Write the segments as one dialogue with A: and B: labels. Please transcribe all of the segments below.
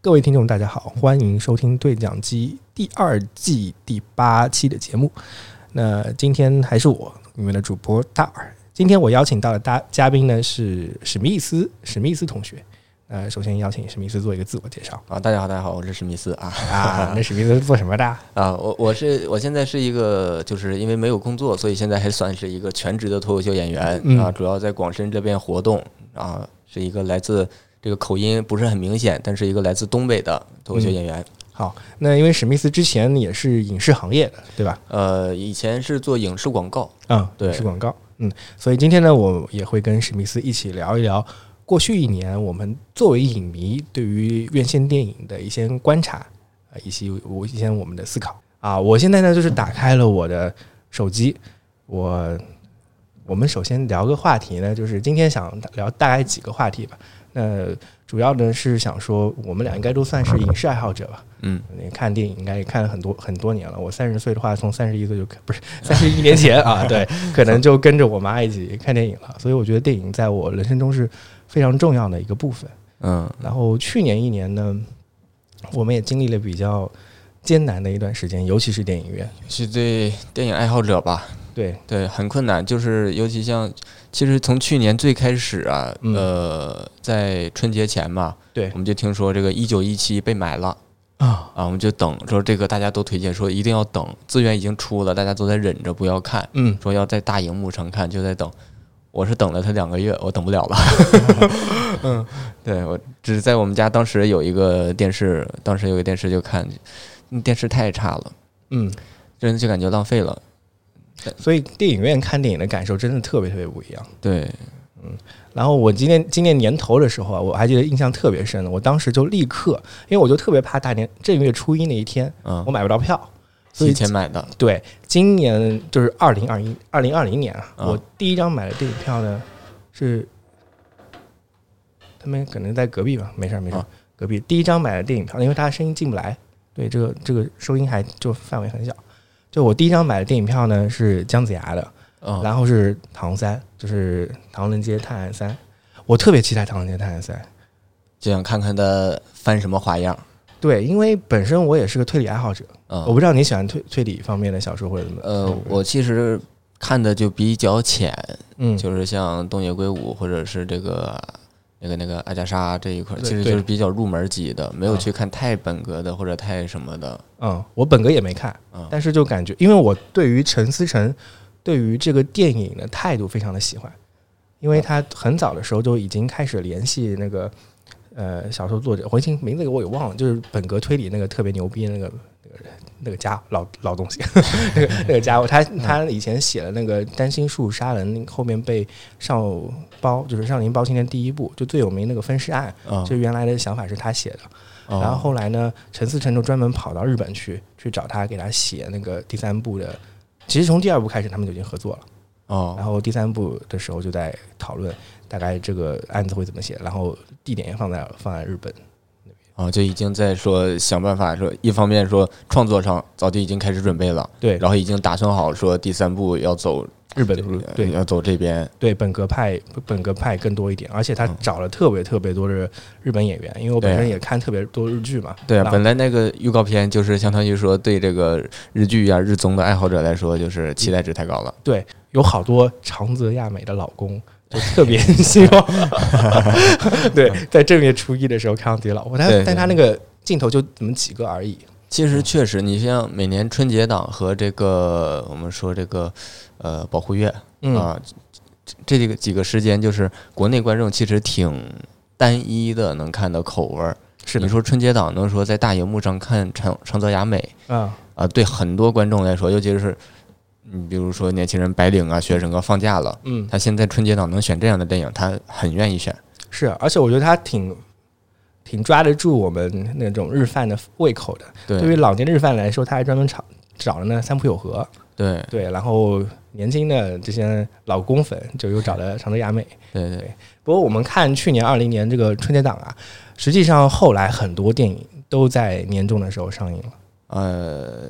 A: 各位听众，大家好，欢迎收听《对讲机》第二季第八期的节目。那今天还是我，你们的主播大耳。今天我邀请到的大嘉宾呢是史密斯，史密斯同学。呃，首先邀请史密斯做一个自我介绍
B: 啊，大家好，大家好，我是史密斯啊
A: 啊。那史密斯是做什么的？
B: 啊，我我是我现在是一个，就是因为没有工作，所以现在还算是一个全职的脱口秀演员
A: 嗯
B: 啊，主要在广深这边活动啊，是一个来自这个口音不是很明显，但是一个来自东北的脱
A: 嗯
B: 口秀演员。
A: 好，那因为史密斯之前也是影视行业的，对吧？
B: 呃，以前是做影视广告，
A: 嗯，
B: 对
A: 是广告。嗯，所以今天呢，我也会跟史密斯一起聊一聊过去一年我们作为影迷对于院线电影的一些观察啊，以及我一些我们的思考啊。我现在呢，就是打开了我的手机，我我们首先聊个话题呢，就是今天想聊大概几个话题吧。那主要呢是想说，我们俩应该都算是影视爱好者吧。
B: 嗯，
A: 你看电影应该也看了很多很多年了。我三十岁的话，从三十一岁就不是三十一年前啊，对，可能就跟着我妈一起看电影了。所以我觉得电影在我人生中是非常重要的一个部分。
B: 嗯
A: 然后去年一年呢，我们也经历了比较艰难的一段时间，尤其是电影院。
B: 是对电影爱好者吧，
A: 对，
B: 对，很困难，就是尤其像，其实从去年最开始啊，
A: 嗯
B: 呃，在春节前嘛，
A: 对
B: 我们就听说这个一九一七被买了。
A: 啊，
B: 啊，我们就等说这个大家都推荐说一定要等，资源已经出了，大家都在忍着不要看，
A: 嗯，
B: 说要在大荧幕上看，就在等。我是等了他两个月，我等不了了。
A: 嗯，
B: 对我只是在我们家当时有一个电视，当时有个电视就看，那电视太差了，
A: 嗯，
B: 真的就感觉浪费了。
A: 所以电影院看电影的感受真的特别特别不一样。
B: 对，
A: 然后我今年今年年头的时候啊，我还记得印象特别深，我当时就立刻，因为我就特别怕大年正月初一那一天
B: 嗯
A: 我，买不到票，所
B: 提
A: 以
B: 前买的，
A: 对今年就是二零二一二零二零年啊，
B: 嗯
A: 我第一张买的电影票呢是，他们可能在隔壁吧，没事儿没事儿
B: 啊，
A: 隔壁第一张买的电影票，因为他声音进不来，对这个这个收音还就范围很小，就我第一张买的电影票呢是姜子牙的，
B: 嗯，
A: 然后是《唐三》，就是《唐人街探案三》，我特别期待《唐人街探案三》。
B: 就想看看他翻什么花样。
A: 对，因为本身我也是个推理爱好者，
B: 嗯，
A: 我不知道你喜欢推推理方面的小说或者怎么。
B: 呃，我其实看的就比较浅，
A: 嗯，
B: 就是像东野圭吾或者是这个那个那个阿加莎这一块儿，
A: 对
B: 其实
A: 对
B: 就是比较入门级的，没有
A: 啊
B: 去看太本格的或者太什么的。
A: 嗯，我本格也没看
B: 嗯，
A: 但是就感觉，因为我对于陈思诚对于这个电影的态度非常的喜欢，因为他很早的时候就已经开始联系那个呃小说作者，我已经名字我给忘了，就是本格推理那个特别牛逼的那个那个人那个家伙老老东西， 那个那个家伙，他他以前写了那个《担心树杀人》，后面被少包就是少林包青天第一部就最有名那个分尸案，
B: 啊
A: 就原来的想法是他写的。
B: 哦
A: 然后后来呢，陈思诚就专门跑到日本去去找他，给他写那个第三部的。其实从第二部开始，他们就已经合作了。然
B: 哦，
A: 后第三部的时候就在讨论大概这个案子会怎么写，然后地点也放在放在日本。
B: 哦，就已经在说想办法说，一方面说创作上早就已经开始准备了，
A: 对，
B: 然后已经打算好说第三部要走呃
A: 日本的路对
B: 要走这边。
A: 对本格派本格派更多一点，而且他找了特别特别多的日本演员，因为我本
B: 嗯对
A: 身也看特别多日剧嘛。
B: 对啊，
A: 然后
B: 本来那个预告片就是相当于说对这个日剧啊、日综的爱好者来说，就是期待值太高了。
A: 对，有好多长泽亚美的老公，就特别希 望，对，在正月初一的时候看到自己老婆，但
B: 对对
A: 但他那个镜头就那么几个而已，
B: 其
A: 嗯
B: 实确实，你像每年春节档和这个我们说这个呃保护月
A: 嗯
B: 啊，这这个几个时间，就是国内观众其实挺单一的，能看到口味儿。
A: 是
B: 你
A: 的，
B: 说春节档能说在大荧幕上看长长泽雅美
A: 嗯，
B: 啊，对很多观众来说，尤其是你比如说年轻人白领啊、学生啊放假了，
A: 嗯，
B: 他现在春节档能选这样的电影，他很愿意选。
A: 是，啊而且我觉得他挺挺抓得住我们那种日饭的胃口的。对于
B: 对
A: 老年日饭来说，他还专门找找了那三浦友和，
B: 对
A: 对，然后年轻的这些老公粉就又找了长泽雅美。
B: 对对，
A: 不过我们看去年二零年这个春节档啊，实际上后来很多电影都在年终的时候上映了，
B: 呃，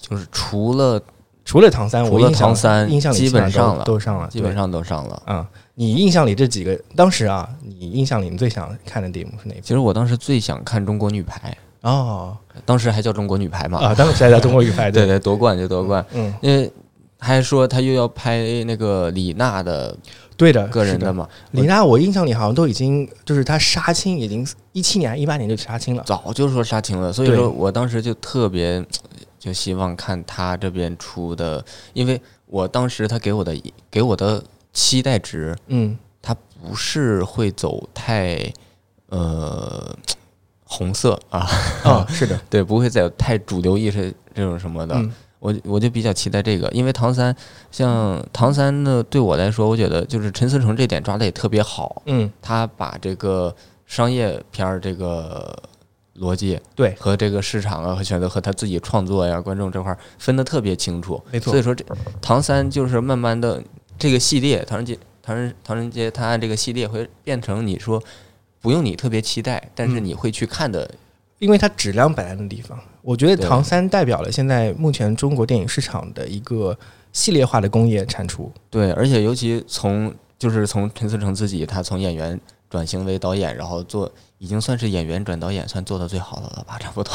B: 就是除了
A: 除了唐三，
B: 除
A: 我
B: 了
A: 印象
B: 唐三
A: 印象里
B: 基本上了
A: 都都上了，
B: 基本
A: 对
B: 上都上了。
A: 啊、你印象里这几个，当时啊，你印象里你最想看的节目是哪部？
B: 其实我当时最想看中国女排，
A: 哦
B: 当时还叫中国女排嘛，
A: 啊，当时在中国语派
B: 对，对，夺冠就夺冠。
A: 嗯，
B: 因为还说他又要拍那个李娜的
A: 对的，
B: 个人
A: 是
B: 的
A: 的。
B: 嘛，
A: 李娜，我印象里好像都已经就是她杀青，已经一七年、一八年就杀青了。
B: 早就说杀青了，所以
A: 对
B: 说我当时就特别呃就希望看他这边出的，因为我当时他给我的给我的期待值，
A: 嗯，
B: 他不是会走太呃红色啊，
A: 啊，是的，
B: 对，不会再有太主流意识这种什么的。
A: 嗯
B: 我我就比较期待这个，因为唐三像唐三呢，对我来说，我觉得就是陈思诚这点抓的也特别好，
A: 嗯，
B: 他把这个商业片儿这个逻辑
A: 对，
B: 和这个市场啊和选择和他自己创作呀、观众这块儿分得特别清楚。
A: 没错
B: 所以说这唐三就是慢慢的这个系列《唐人街》《唐人唐人街探案》这个系列会变成你说不用你特别期待，但是
A: 嗯
B: 你会去看的。
A: 因为它质量摆在那地方，我觉得
B: 对
A: 唐三代表了现在目前中国电影市场的一个系列化的工业产出。
B: 对，而且尤其从就是从陈思诚自己，他从演员转型为导演，然后做已经算是演员转导演，算做到最好的了吧，差不多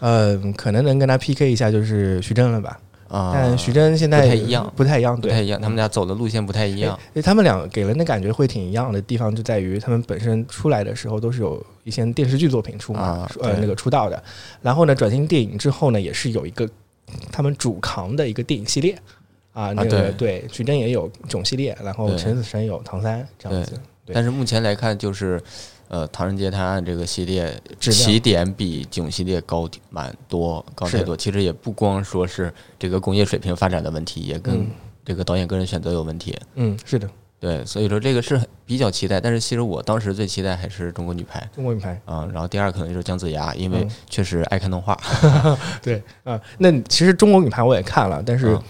A: 嗯，可能能跟他 PK 一下就是徐峥了吧？
B: 啊。
A: 但徐峥现在
B: 不太一样
A: 不太一样，
B: 不太
A: 对。
B: 一样，他们俩走的路线不太一样。
A: 哎他们俩给人的感觉会挺一样的地方，就在于他们本身出来的时候都是有一些电视剧作品出嘛，
B: 啊
A: 呃，
B: 对
A: 那个出道的。然后呢，转型电影之后呢，也是有一个他们主扛的一个电影系列啊，那个、对，徐峥也有囧系列，然后
B: 对
A: 陈思诚有唐三这样子，对
B: 但是目前来看，就是呃，《唐人街探案》这个系列
A: 质量
B: 起点比囧系列高挺蛮多，高
A: 是
B: 太多。其实也不光说是这个工业水平发展的问题，也跟
A: 嗯
B: 这个导演个人选择有问题。
A: 嗯，是的，
B: 对，所以说这个是很比较期待。但是其实我当时最期待还是中国女排。
A: 中国女排，
B: 啊、然后第二可能就是姜子牙，因为
A: 嗯
B: 确实爱看动画。
A: 对啊、那其实中国女排我也看了，但是
B: 嗯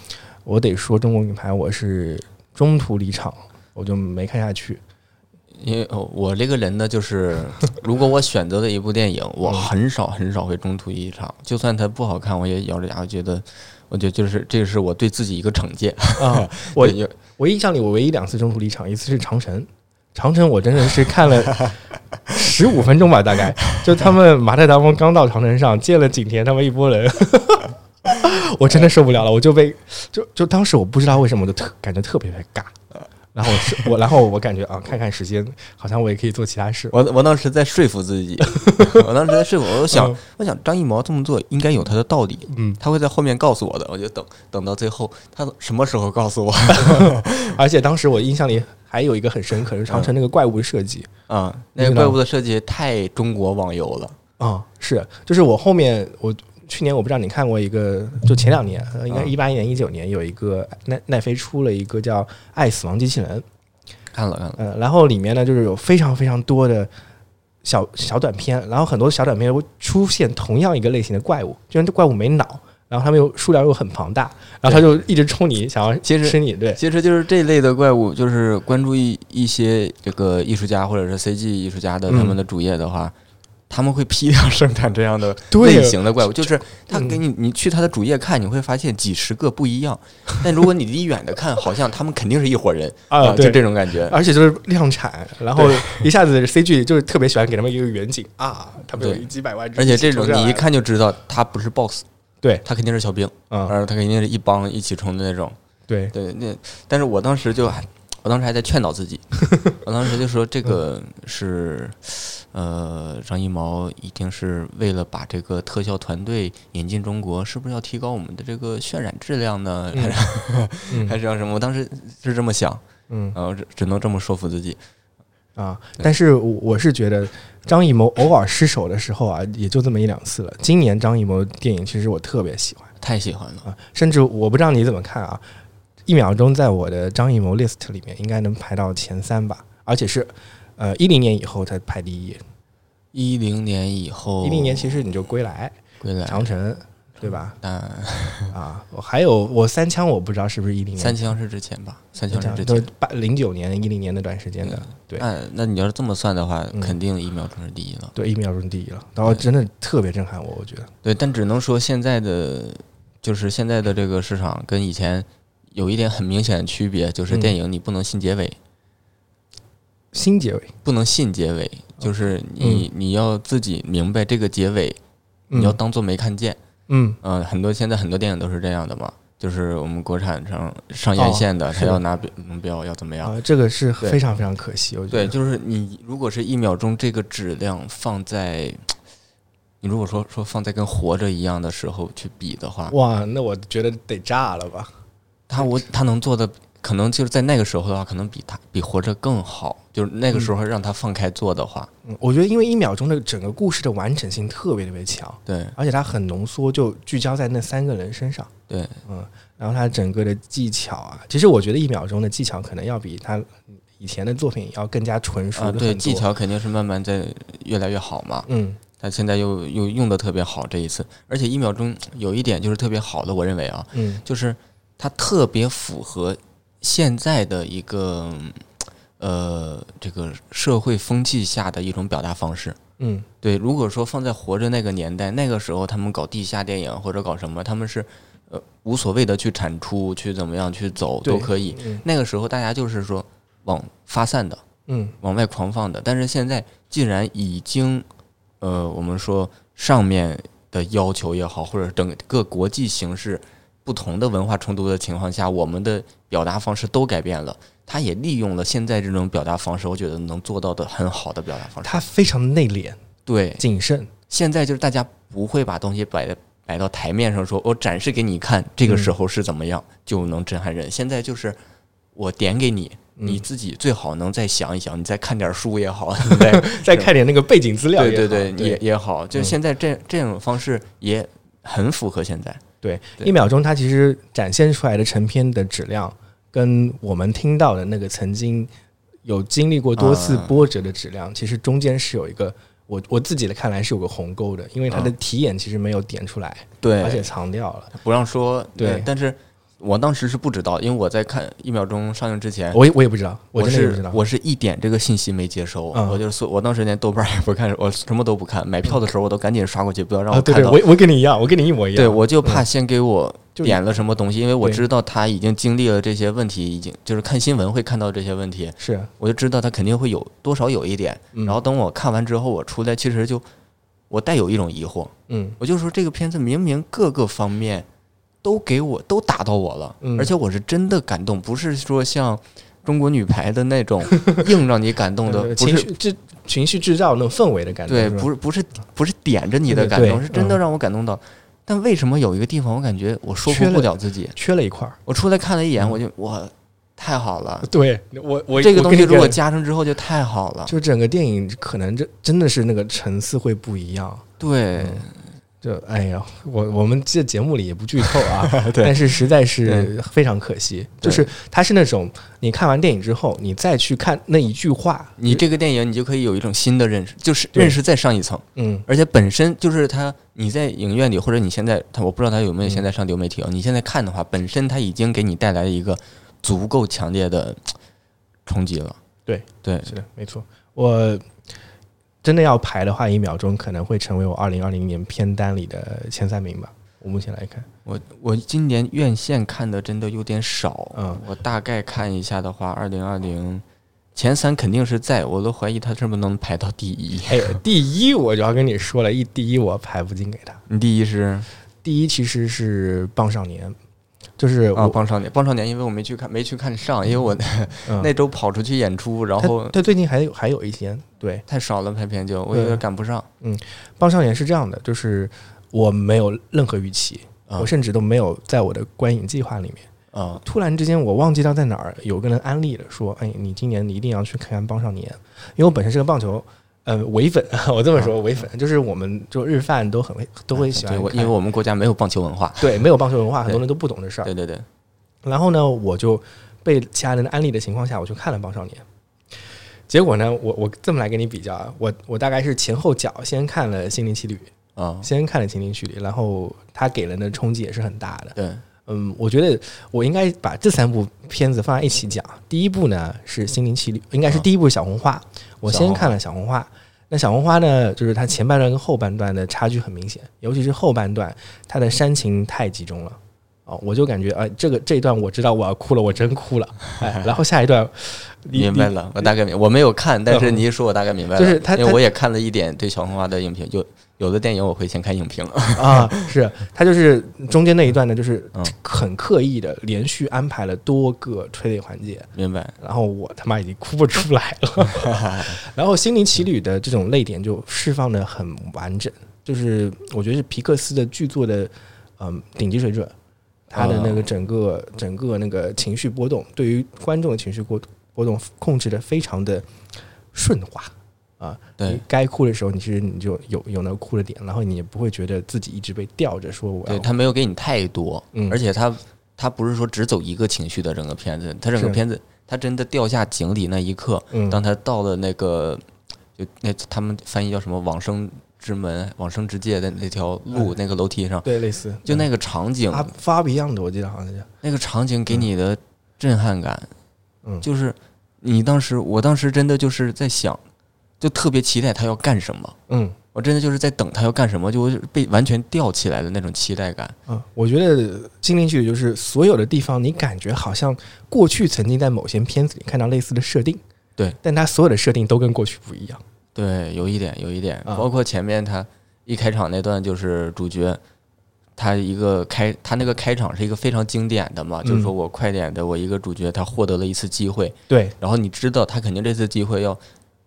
A: 我得说中国女排我是中途离场，我就没看下去。
B: 因为哦我这个人呢，就是如果我选择的一部电影，
A: 嗯
B: 我很少很少会中途一场，就算它不好看，我也咬着牙觉得，我觉得就是这是我对自己一个惩戒。
A: 啊、我
B: 对有
A: 我印象里我唯一两次中途离场，一次是长城，长城我真的是看 了十五分钟吧，大概就他们马特达蒙刚到长城上借了景甜他们一波人， 我真的受不了了，我就被就就当时我不知道为什么我就特感觉特别特别尬。然后我是我，然后我感觉啊，看看时间，好像我也可以做其他事。
B: 我我当时在说服 自己，我当时在说服，我想
A: 嗯
B: 我想张艺谋这么做应该有他的道理，
A: 嗯，
B: 他会在后面告诉我的，我就等等到最后，他什么时候告诉我
A: 而且当时我印象里还有一个很深刻，是长城那个怪物设计
B: 啊？那
A: 你
B: 个
A: 知道
B: 怪物的设计太中国网游了，
A: 啊、是，就是我后面我去年我不知道你看过一个，就前两年，呃应该
B: 嗯
A: 一八年一九年有一个奈奈飞出了一个叫《爱死亡机器人》，
B: 看了看了，
A: 嗯、然后里面呢就是有非常非常多的。小小短片，然后很多小短片会出现同样一个类型的怪物，居然这怪物没脑，然后它们又数量又很庞大，然后它就一直冲你，想要
B: 其实
A: 吃你，对，
B: 其实就是这类的怪物，就是关注一一些这个艺术家或者是 CG 艺术家的
A: 嗯
B: 他们的主业的话，他们会批量生产这样的
A: 对嗯
B: 类型的怪物。就是他给你，你去他的主页看，你会发现几十个不一 样。但如果你离远的看，好像他们肯定是一伙人
A: 啊对
B: 就这种感觉。
A: 而且就是量产，然后一下子 CG 就是特别喜欢给他们一个远景啊，他们有
B: 对
A: 一几百万只
B: 而
A: 一起
B: 且
A: 冲上
B: 这
A: 来了，
B: 种你一看就知道，他不是 BOSS，
A: 对，
B: 他肯定是小兵，
A: 嗯，
B: 而他肯定是一帮一起冲的那种。
A: 对，
B: 对，那但是我当时就还，我当时还在劝导 自己，我当时就说
A: 嗯
B: 这个是，呃，张艺谋一定是为了把这个特效团队引进中国，是不是要提高我们的这个渲染质量呢？还是、
A: 嗯
B: 还是要什么？我当时是这么想，
A: 嗯
B: 然后只只能这么说服自己。
A: 啊，但是我我是觉得张艺谋偶尔失手的时候啊，也就这么一两次了。今年张艺谋的电影其实我特别喜欢
B: 太喜欢了，
A: 啊，甚至我不知道你怎么看啊，一秒钟在我的张艺谋 list 里面应该能排到前三吧，而且是呃一零年以后才排第一，
B: 一零年以后，
A: 一零年其实你就归来、
B: 归来，
A: 长城，对吧？
B: 但
A: 啊，我还有我三枪，我不知道是不是一零年
B: 三枪是之前吧，三枪
A: 三枪
B: 是之
A: 都是
B: 前。
A: 八零九年、一零年那段时间的，
B: 嗯
A: 对
B: 那那你要是这么算的话，
A: 嗯
B: 肯定一秒钟是第一了。
A: 对，一秒钟第一了，然后真的特别震撼我，我觉得，
B: 对，但只能说现在的就是现在的这个市场跟以前有一点很明显的区别，就是
A: 嗯
B: 电影你不能信结尾，
A: 心结尾。
B: 不能信结尾，
A: 嗯
B: 就是你、你要自己明白这个结尾，你要
A: 嗯
B: 当做没看见。
A: 嗯
B: 嗯、很多现在很多电影都是这样的嘛，就是我们国产上上院线的，
A: 哦是
B: 他
A: 的
B: 要拿表龙标要怎么样？
A: 啊，这个是
B: 对
A: 非常非常可惜，我觉
B: 对，
A: 得。
B: 就是你如果是一秒钟这个质量放在，你如果说说放在跟活着一样的时候去比的话，
A: 哇，那我觉得得炸了吧？
B: 他我他能做的可能就是在那个时候的话，可能比他比活着更好，就是那个时候让他放开做的话，
A: 嗯，我觉得因为一秒钟的整个故事的完整性特别特别强，
B: 对
A: 而且它很浓缩，就聚焦在那三个人身上。
B: 对，
A: 嗯，然后它整个的技巧啊，其实我觉得一秒钟的技巧可能要比它以前的作品要更加纯熟
B: 啊
A: 的、
B: 对，技。巧肯定是慢慢在越来越好嘛，
A: 嗯
B: 但现在又又用的特别好这一次，而且一秒钟有一点就是特别好的，我认为啊，
A: 嗯
B: 就是它特别符合现在的一个呃这个社会风气下的一种表达方式。
A: 嗯
B: 对，如果说放在活着那个年代，那个时候他们搞地下电影或者搞什么，他们是呃无所谓的去产出，去怎么样去走
A: 对
B: 都可以。
A: 嗯
B: 那个时候大家就是说往发散的，
A: 嗯
B: 往外狂放的，但是现在既然已经，呃，我们说上面的要求也好，或者整个国际形势不同的文化冲突的情况下，我们的表达方式都改变了。他也利用了现在这种表达方式，我觉得能做到的很好的表达方式。
A: 它非常内敛、
B: 对，
A: 谨慎。
B: 现在就是大家不会把东西摆在摆到台面上说，我展示给你看，这
A: 嗯
B: 个时候是怎么样、就能震撼人。现在就是我点给你，
A: 嗯
B: 你自己最好能再想一想，你再看点书 也好，你再
A: 再看点那个背景资料也好，
B: 对对
A: 对
B: 也也好，就
A: 嗯
B: 现在这这种方式也很符合现在。
A: 对，
B: 对
A: 一秒钟它其实展现出来的成片的质量，跟我们听到的那个曾经有经历过多次
B: 啊
A: 波折的质量，其实中间是有一个我我自己的看来是有个鸿沟的，因为它的题眼其实没有点出来，
B: 啊对
A: 而且藏掉了。
B: 不让说
A: 对
B: 呃但是我当时是不知道，因为我在看一秒钟上映之前。
A: 我也我也不知道，
B: 哎我
A: 真的也不知
B: 是
A: 道。
B: 我是一点这个信息没接收，
A: 嗯
B: 我就是说我当时连豆瓣儿也不看，我什么都不看，买票的时候我都赶紧刷过去，不要让
A: 啊，
B: 我
A: 对
B: 看
A: 对，
B: 到。
A: 我我跟你一样，我跟你一模一样。嗯
B: 对我就怕先给我
A: 就
B: 点了什么东西，因为我
A: 对
B: 知道他已经经历了这些问题，已经就是看新闻会看到这些问题，
A: 是，啊
B: 我就知道他肯定会有多少有一点。
A: 嗯
B: 然后等我看完之后，我出来其实就我带有一种疑惑，
A: 嗯
B: 我就说这个片子明明各个方面都给我都打到我了，
A: 嗯
B: 而且我是真的感动，不是说像中国女排的那 种硬让你感动的，
A: 呃
B: 不
A: 情
B: 是
A: 绪制情绪制造那种氛围的感觉，
B: 对，
A: 是吧
B: 不是不是不是点着你的感动，
A: 对
B: 是真的让我感动到。但为什么有一个地方我感觉我说服
A: 缺了
B: 不了嗯自己？
A: 缺了一块儿。
B: 我出来看了一眼，我就我太好了，
A: 对我我
B: 啊这个
A: 我
B: 东
A: 跟
B: 西
A: 你
B: 如果
A: 跟
B: 加上之后就太好了。
A: 就整个电影可能这真的是那个层次会不一样。
B: 对，
A: 这哎呀，我我们这节目里也不剧透啊， 但是实在是非常可惜，就
B: 对
A: 是它是那种你看完电影之后，你再去看那一句话，
B: 你这个电影你就可以有一种新的认识，就是
A: 对
B: 认识再上一层。
A: 嗯
B: 而且本身就是它，你在影院里或者你现在，它我不知道它有没有
A: 嗯
B: 现在上流媒体啊。你现在看的话，本身它已经给你带来一个足够强烈的嘖冲击了。
A: 对
B: 对，
A: 是的，没错。我真的要排的话，一秒钟可能会成为我二零二零年片单里的前三名吧。我目前来看，
B: 我我今年院线看的真的有点少，
A: 嗯
B: 我大概看一下的话，二零二零前三肯定是在，我都怀疑它是不是能排到第一。
A: 哎，第一我就要跟你说了，一第一我排不进给他，
B: 你第一是
A: 第一其实是《棒少年》，就是我、
B: 啊，棒少年，棒少年，因为我没去看，没去看上，因为我
A: 嗯
B: 那周跑出去演出，然后
A: 他他最近还有还有一些对。
B: 太少了拍片就，我有
A: 对
B: 点赶不上。
A: 棒少年是这样的，就是我没有任何预期，
B: 啊
A: 我甚至都没有在我的观影计划里面。
B: 啊
A: 突然之间，我忘记到在哪儿有个人安利了，说：“哎，你今年你一定要去看看棒少年，因为我本身是个棒球。”呃，唯粉， 我这么说，唯粉就是我们就日饭都很会都会喜欢
B: 对，
A: 看，
B: 我因为我们国家没有棒球文化。
A: 对没有棒球文化，很
B: 对
A: 多人都不懂这事儿。
B: 对对对，
A: 然后呢，我就被其他人的安利的情况下，我去看了《棒少年》。结果呢，我我这么来跟你比较啊，我我大概是前后脚先看了《心灵奇旅》，
B: 啊，
A: 先看了《情景距离》，然后它给人的冲击也是很大的。
B: 对，
A: 嗯，我觉得我应该把这三部片子放在一起讲。第一部呢是《心灵奇旅》，应该是第一部是《小红
B: 啊
A: 花》，我先看了《小红花》。那《小红花》呢，就是它前半段跟后半段的差距很明显，尤其是后半段，它的煽情太集中了。啊，我就感觉啊，这个这一段我知道我要哭了，我真哭 了。哎，然后下一段，你嗯
B: 明白了，我大概明，我没有看，但是你一说，我大概明白了，
A: 就是他
B: 因
A: 他
B: 为我也看了一点对小红花的影评，有有的电影我会先看影评，
A: 啊，是他就是中间那一段呢，就是
B: 嗯
A: 很刻意的连续安排了多个催泪环节，
B: 明白？
A: 然后我他妈已经哭不出来了。 然后《心灵奇旅》的这种泪点就释放的很完整，就是我觉得是皮克斯的剧作的嗯顶级水准，他的那个整
B: 啊
A: 个整个那个情绪波动，对于观众的情绪波波动控制的非常的呃顺滑。啊，
B: 对
A: 你该哭的时候，你其实你就有有那个哭的点，然后你也不会觉得自己一直被吊着，说我要
B: 对他没有给你太多，
A: 哦嗯
B: 而且他他不是说只走一个情绪的整个片子，他整个
A: 是
B: 片子他真的掉下井里那一刻，
A: 嗯
B: 当他到了那个就那他们翻译叫什么往生之门、往生之界的那条路、那个楼梯上，
A: 嗯对类似
B: 就那个场景，
A: 啊发 Beyond，我记得好像是
B: 那个场景给你的震撼感，
A: 嗯
B: 就是你当时，我当时真的就是在想，就特别期待他要干什么，
A: 嗯
B: 我真的就是在等他要干什么，就被完全吊起来的那种期待感。
A: 嗯，我觉得精灵剧就是所有的地方，你感觉好像过去曾经在某些片子里看到类似的设定，
B: 对，
A: 但它所有的设定都跟过去不一样。
B: 对，有一点，有一点，
A: 啊
B: 包括前面他一开场那段，就是主角他一个开，他那个开场是一个非常经典的
A: 嗯
B: 嘛，就是说我快点的，我一个主角他获得了一次机会，
A: 对，
B: 然后你知道他肯定这次机会要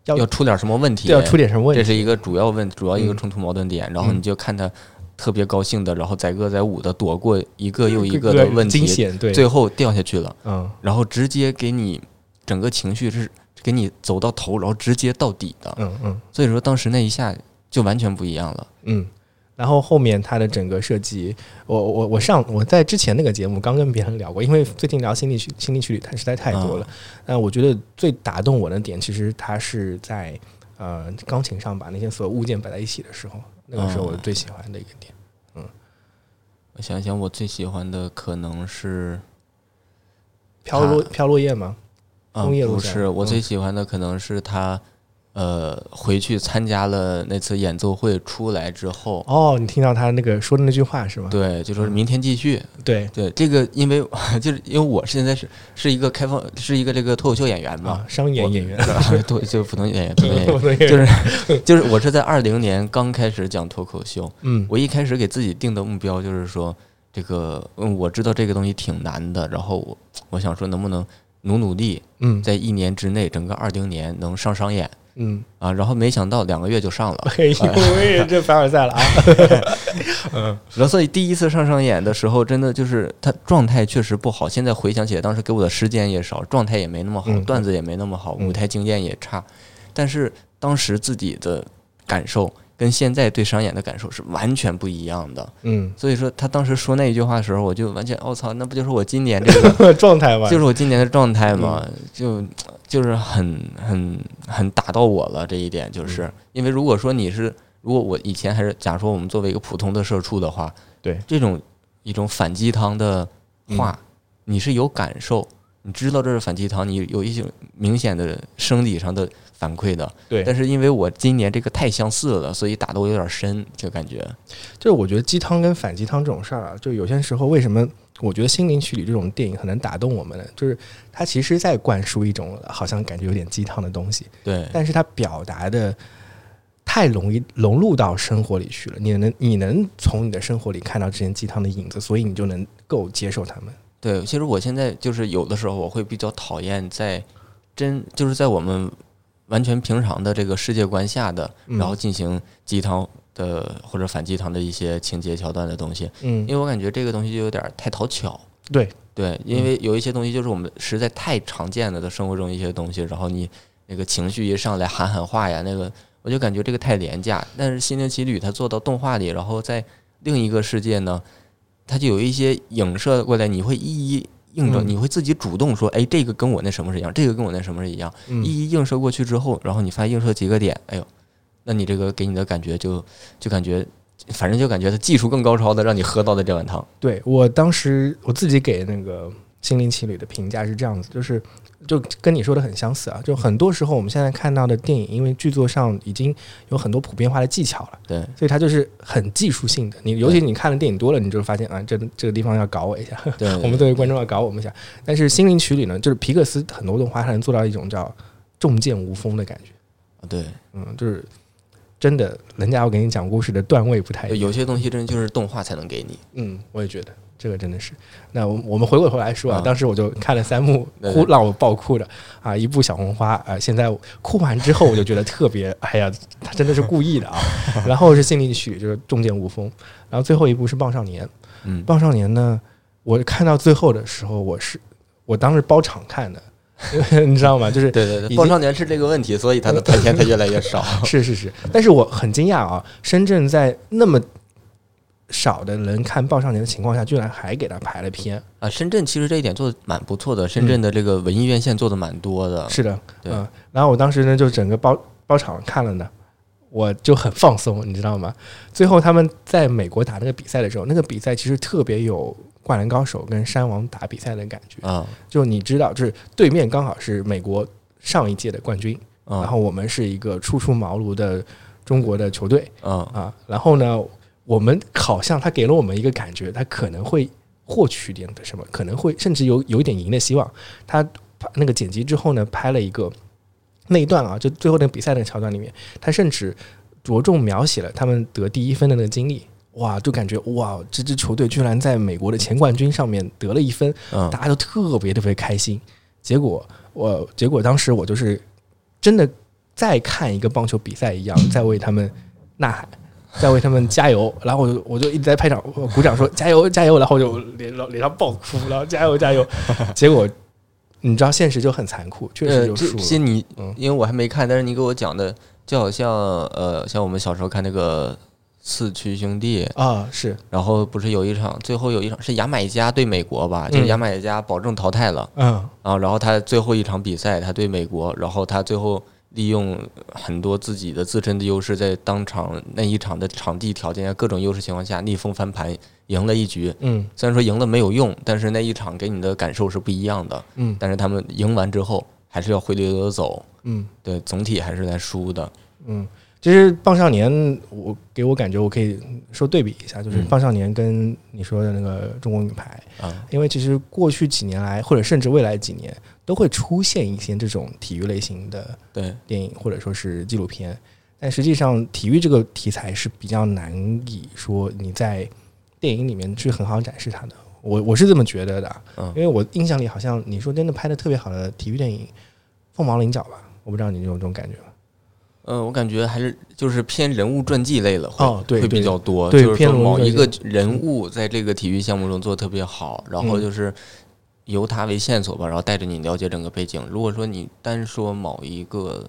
A: 要
B: 出点什么问题，
A: 要出点什么问
B: 这
A: 题？
B: 是一个主要问，主要一个
A: 嗯
B: 冲突矛盾点。然后
A: 嗯
B: 你就看他特别高兴的，然后载歌载舞的躲过一个又一
A: 各
B: 个的问
A: 惊
B: 题，
A: 险，对，
B: 最后掉下去了，
A: 嗯
B: 然后直接给你整个情绪是给你走到头，然后直接到底的。
A: 嗯嗯
B: 所以说当时那一下就完全不一样了。
A: 嗯。然后后面它的整个设计，我我我上我在之前那个节目刚跟别人聊过，因为最近聊心理学心理学里它实在太多了。但我觉得最打动我的点，其实它是在呃钢琴上把那些所有物件摆在一起的时候，那个是我
B: 嗯
A: 最喜欢的一个点。
B: 我想想，我最喜欢的可能是
A: 飘落飘落叶吗？
B: 啊，
A: 枫叶路
B: 不
A: 上
B: 是我
A: 嗯
B: 最喜欢的可能是他。呃，回去参加了那次演奏会出来之后，
A: 哦，你听到他那个说的那句话是吗？
B: 对，就说明天继续，
A: 对
B: 对，这个因为 就是因为我现在是是一个开放，是一个这个脱口秀演员嘛
A: 啊，，商演
B: 我
A: 演员，
B: 脱就是普通演 员，普通演员，
A: 对
B: 就是就是我是在二零年刚开始讲脱口秀，
A: 嗯
B: 我一开始给自己定的目标就是说，这个嗯，我知道这个东西挺难的，然后我我想说能不能努努力，
A: 嗯
B: 在一年之内，整个二零年能上商演
A: 嗯，
B: 啊，然后没想到两个月就上了，
A: 哎呦喂，这凡尔赛了啊！嗯
B: 然后所以第一次上上演的时候，真的就是他状态确实不好。现在回想起来，当时给我的时间也少，状态也没那么好，
A: 嗯
B: 段子也没那么好，
A: 嗯
B: 舞台经验也差。但是当时自己的感受跟现在对商演的感受是完全不一样的。
A: 嗯，
B: 所以说他当时说那一句话的时候，我就完全，我、操，那不就是我今年这个，
A: 状态吧，
B: 就是我今年的状态吗？
A: 嗯
B: 就就是很很很打到我了这一点，
A: 嗯
B: 就是因为如果说你是，如果我以前还是，假如说我们作为一个普通的社畜的话，
A: 对嗯
B: 这种一种反鸡汤的话，你是有感受，你知道这是反鸡汤，你有一些明显的生理上的反馈的。
A: 对
B: 但是因为我今年这个太相似了，所以打的我有点深，就感觉
A: 就是我觉得鸡汤跟反鸡汤这种事儿啊，就有些时候为什么我觉得《心灵曲里这种电影很能打动我们呢？就是它其实在灌输一种好像感觉有点鸡汤的东西，
B: 对
A: 但是它表达的太容易融入到生活里去了。你能你能从你的生活里看到这些鸡汤的影子，所以你就能够接受他们。
B: 对。其实我现在就是有的时候我会比较讨厌在真就是在我们完全平常的这个世界观下的，
A: 嗯
B: 然后进行鸡汤的或者反鸡汤的一些情节桥段的东西，
A: 嗯
B: 因，为我感觉这个东西就有点太讨巧。
A: 对，
B: 对，因为有一些东西就是我们实在太常见了的生活中一些东西，然后你那个情绪一上来喊喊话呀，那个我就感觉这个太廉价。但是《心灵奇旅》它做到动画里，然后在另一个世界呢，它就有一些影射过来，你会一一映照，
A: 嗯
B: 你会自己主动说，哎，这个跟我那什么是一样，这个跟我那什么是一样，
A: 嗯
B: 一一映射过去之后，然后你发现映射几个点，哎呦，那你这个给你的感觉就就感觉，反正就感觉它技术更高超的让你喝到的这碗汤。
A: 对我当时我自己给那个心灵奇旅》的评价是这样子，就是就跟你说的很相似啊。就很多时候我们现在看到的电影，因为剧作上已经有很多普遍化的技巧了，
B: 对，
A: 所以它就是很技术性的。你尤其你看了电影多了，你就发现啊，这这个地方要搞我一下，
B: 对，
A: 我们作为观众要搞我们一下。但是《心灵奇旅》呢，就是皮克斯很多动画它能做到一种叫重剑无锋的感觉，
B: 啊对，
A: 嗯，就是真的，人家要给你讲故事的段位不太一样。
B: 有些东西真就是动画才能给你。
A: 嗯，我也觉得这个真的是。那我我们回过头来说啊，
B: 啊
A: 当时我就看了三幕，
B: 对
A: 哭让我爆哭的啊，一部小红花啊，现在我哭完之后我就觉得特别，哎呀，他真的是故意 的啊。然后是《心灵曲》，就是重剑无锋，然后最后一部是《棒少年》。
B: 嗯
A: 《棒少年》呢，我看到最后的时候，我是我当时包场看的， 因为你知道吗？就是
B: 对对
A: 已经
B: 对，报少年是这个问题，所以他的排片才越来越少。
A: 是是是，但是我很惊讶啊，深圳在那么少的人看《棒少年》的情况下，居然还给他排了片。
B: 啊，深圳其实这一点做的蛮不错的，深圳的这个文艺院线做的蛮多的。
A: 是的，
B: 对
A: 嗯，然后我当时呢就整个包包场看了呢，我就很放松，你知道吗？最后他们在美国打那个比赛的时候，那个比赛其实特别有《灌篮高手》跟《山王》打比赛的感觉，
B: 啊
A: 就你知道，就是对面刚好是美国上一届的冠军，然
B: 啊
A: 后我们是一个初出茅庐的中国的球队，
B: 啊！
A: 啊，然后呢，我们好像他给了我们一个感觉，他可能会获取点的什么，可能会甚至有有一点赢的希望。他拍那个剪辑之后呢，拍了一个那一段啊，就最后那个比赛那个桥段里面，他甚至着重描写了他们得第一分的那个经历。哇，就感觉哇，这支球队居然在美国的前冠军上面得了一分，
B: 嗯
A: 大家都特别特别开心。结果我结果当时我就是真的在看一个棒球比赛 一样，在为他们呐喊，在为他们加油。然后我就我就一直在拍掌我鼓掌说加油加油，然后就脸脸上爆哭，然后加油加油。 结果你知道现实就很残酷，确实
B: 呃，
A: 就
B: 这
A: 输
B: 些
A: 了。
B: 你
A: 嗯
B: 因为我还没看，但是你给我讲的就好像呃，像我们小时候看那个《四驱兄弟》，
A: 啊，是，
B: 然后不是有一场，最后有一场是牙买加对美国吧？就是
A: 嗯
B: 牙买加保证淘汰了。
A: 嗯，
B: 啊，然后他最后一场比赛，他对美国，然后他最后利用很多自己的自身的优势，在当场那一场的场地条件啊各种优势情况下逆风翻盘，赢了一局。
A: 嗯
B: 虽然说赢了没有用，但是那一场给你的感受是不一样的。
A: 嗯
B: 但是他们赢完之后，还是要灰溜溜地走，
A: 嗯
B: 对，总体还是在输的。
A: 嗯。其实棒少年，我给我感觉，我可以说对比一下，就是
B: 嗯
A: 棒少年跟你说的那个中国女排，
B: 啊，
A: 因为其实过去几年来，或者甚至未来几年，都会出现一些这种体育类型的
B: 对，
A: 电影或者说是纪录片，但实际上体育这个题材是比较难以说你在电影里面去很好展示它的。我我是这么觉得的啊，
B: 嗯
A: 因为我印象里好像你说真的拍的特别好的体育电影，《凤毛麟角》吧，我不知道你有这种感觉吗？
B: 嗯，我感觉还是就是偏人物传记类了，会、
A: 哦对
B: 会比
A: 对
B: 较多，
A: 对
B: 就是
A: 偏
B: 说
A: 人物
B: 某
A: 传
B: 一
A: 记
B: 个人物在这个体育项目中做得特别好，然
A: 嗯
B: 后就是由他为线索吧，然后带着你了解整个背景。如果说你单说某一个，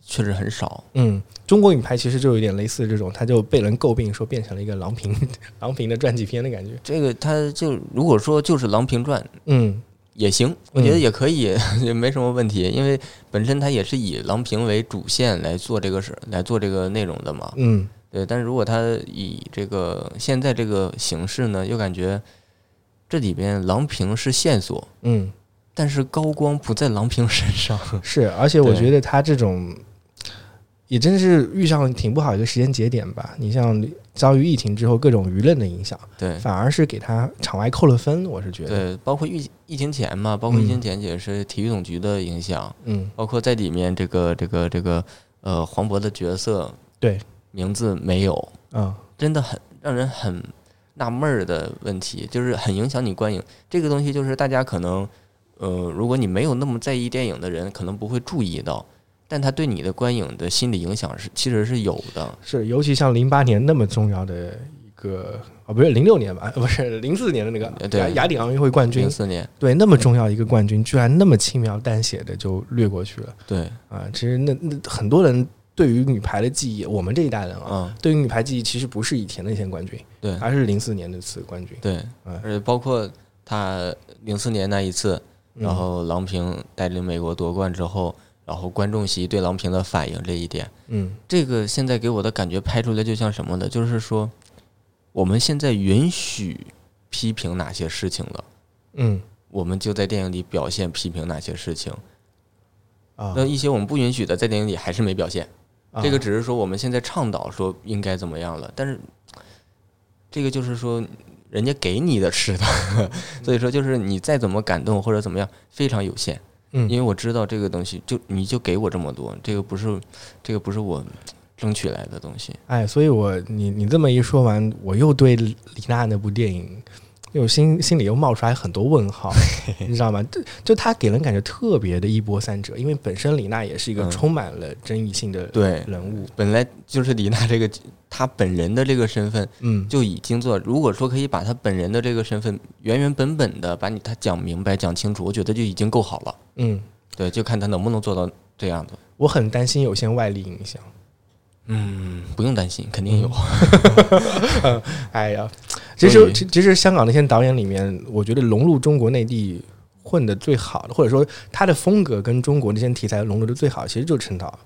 B: 确实很少。
A: 嗯，中国女排其实就有点类似这种，它就被人诟病说变成了一个郎平郎平的传记片的感觉。
B: 这个他就如果说就是《郎平传》
A: 嗯
B: 也行，我觉得也可以， 也没什么问题，因为本身他也是以郎平为主线来做这个事，来做这个内容的嘛。
A: 嗯
B: 对，但是如果他以这个现在这个形式呢，又感觉这里边郎平是线索，
A: 嗯，
B: 但是高光不在郎平身 上。
A: 是，而且我
B: 对
A: 觉得他这种也真是遇上挺不好一个时间节点吧。你像遭遇疫情之后各种舆论的影响，
B: 对
A: 反而是给他场外扣了嗯分。我是觉得，
B: 对，包括疫疫情前嘛，包括疫情前也是体育总局的影响，
A: 嗯
B: 包括在里面这个这个这个呃黄渤的角色，
A: 对
B: 名字没有，
A: 啊
B: 真的很让人很纳闷儿的问题，就是很影响你观影。这个东西就是大家可能，呃，如果你没有那么在意电影的人，可能不会注意到，但它对你的观影的心理影响是其实是有的。
A: 是，尤其像零八年那么重要的一个哦，不是零六年吧，呃不是零四年的那
B: 呃
A: 个
B: 对
A: 雅雅典奥运会冠军
B: 零，四年，
A: 对那么重要一个冠军，居然那么轻描淡写的就掠过去了
B: 对，
A: 啊！其实那那很多人对于女排的记忆，我们这一代人啊，
B: 嗯，
A: 对于女排记忆其实不是以前的那些冠军，
B: 对
A: 而是零四年那次冠军。
B: 对，
A: 嗯
B: 而且包括他零四年那一次，
A: 嗯
B: 然后郎平带领美国夺冠之后，然后观众席对郎平的反应这一点，
A: 嗯
B: 这个现在给我的感觉拍出来就像什么呢？就是说，我们现在允许批评哪些事情了，
A: 嗯
B: 我们就在电影里表现批评哪些事情。
A: 啊
B: 那一些我们不允许的，在电影里还是没表现。
A: 啊
B: 这个只是说我们现在倡导说应该怎么样了，但是这个就是说人家给你的吃的， 所以说就是你再怎么感动或者怎么样，非常有限。
A: 嗯
B: 因为我知道这个东西，就你就给我这么多，这个不是这个不是我争取来的东西。
A: 哎，所以我你你这么一说完，我又对李娜那部电影，又心心里又冒出来很多问 号，你知道吗？就就她给人感觉特别的一波三折，因为本身李娜也是一个
B: 嗯
A: 充满了争议性的
B: 对，
A: 人物，
B: 本来就是李娜这个她本人的这个身份
A: 嗯，
B: 就已经做，如果说可以把她本人的这个身份原原本本的把你她讲明白讲清楚，我觉得就已经够好了。
A: 嗯，
B: 对，就看她能不能做到这样子。
A: 我很担心有些外力影响。
B: 嗯，不用担心，肯定有。
A: 嗯哎呀，其
B: 所
A: 实
B: 以
A: 其其实香港那些导演里面，我觉得融入中国内地混的最好的，或者说他的风格跟中国那些题材融入的最好，其实就是陈导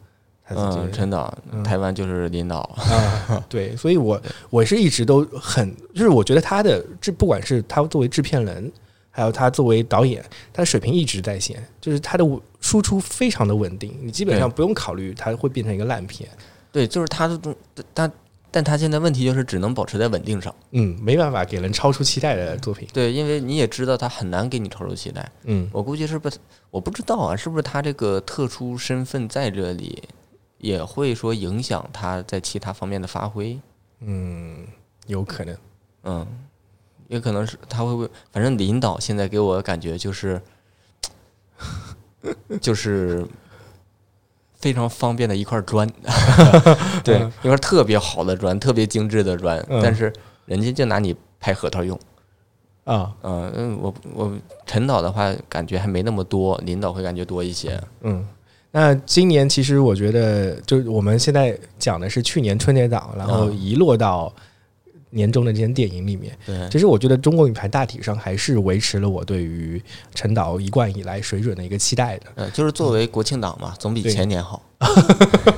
A: 他自己
B: 嗯，
A: 人。
B: 陈导，台湾就是领导。
A: 啊，对，所以我我是一直都很，就是我觉得他的制，不管是他作为制片人，还有他作为导演，他的水平一直在线，就是他的输出非常的稳定，你基本上
B: 对
A: 不用考虑他会变成一个烂片，
B: 对，就是他的东，他，但他现在问题就是只能保持在稳定上。
A: 嗯，没办法给人超出期待的作品，
B: 对，因为你也知道他很难给你超出期待。
A: 嗯
B: 我估计是不是，我不知道啊，是不是他这个特殊身份在这里，也会说影响他在其他方面的发挥。
A: 嗯，有可能，
B: 嗯，也可能是他会不会，反正领导现在给我的感觉就是， 就是非常方便的一块砖， 对，一块特别好的砖，特别精致的砖，
A: 嗯
B: 但是人家就拿你拍核桃用。
A: 啊，
B: 嗯嗯，我我陈导的话感觉还没那么多，领导会感觉多一些。
A: 嗯。那今年其实我觉得，就是我们现在讲的是去年春节档，然后
B: 嗯
A: 遗落到年终的这些电影里面。
B: 对，
A: 其实我觉得中国影坛大体上还是维持了我对于陈导一贯以来水准的一个期待的。
B: 呃，就是作为国庆档嘛，总比
A: 对
B: 前年好。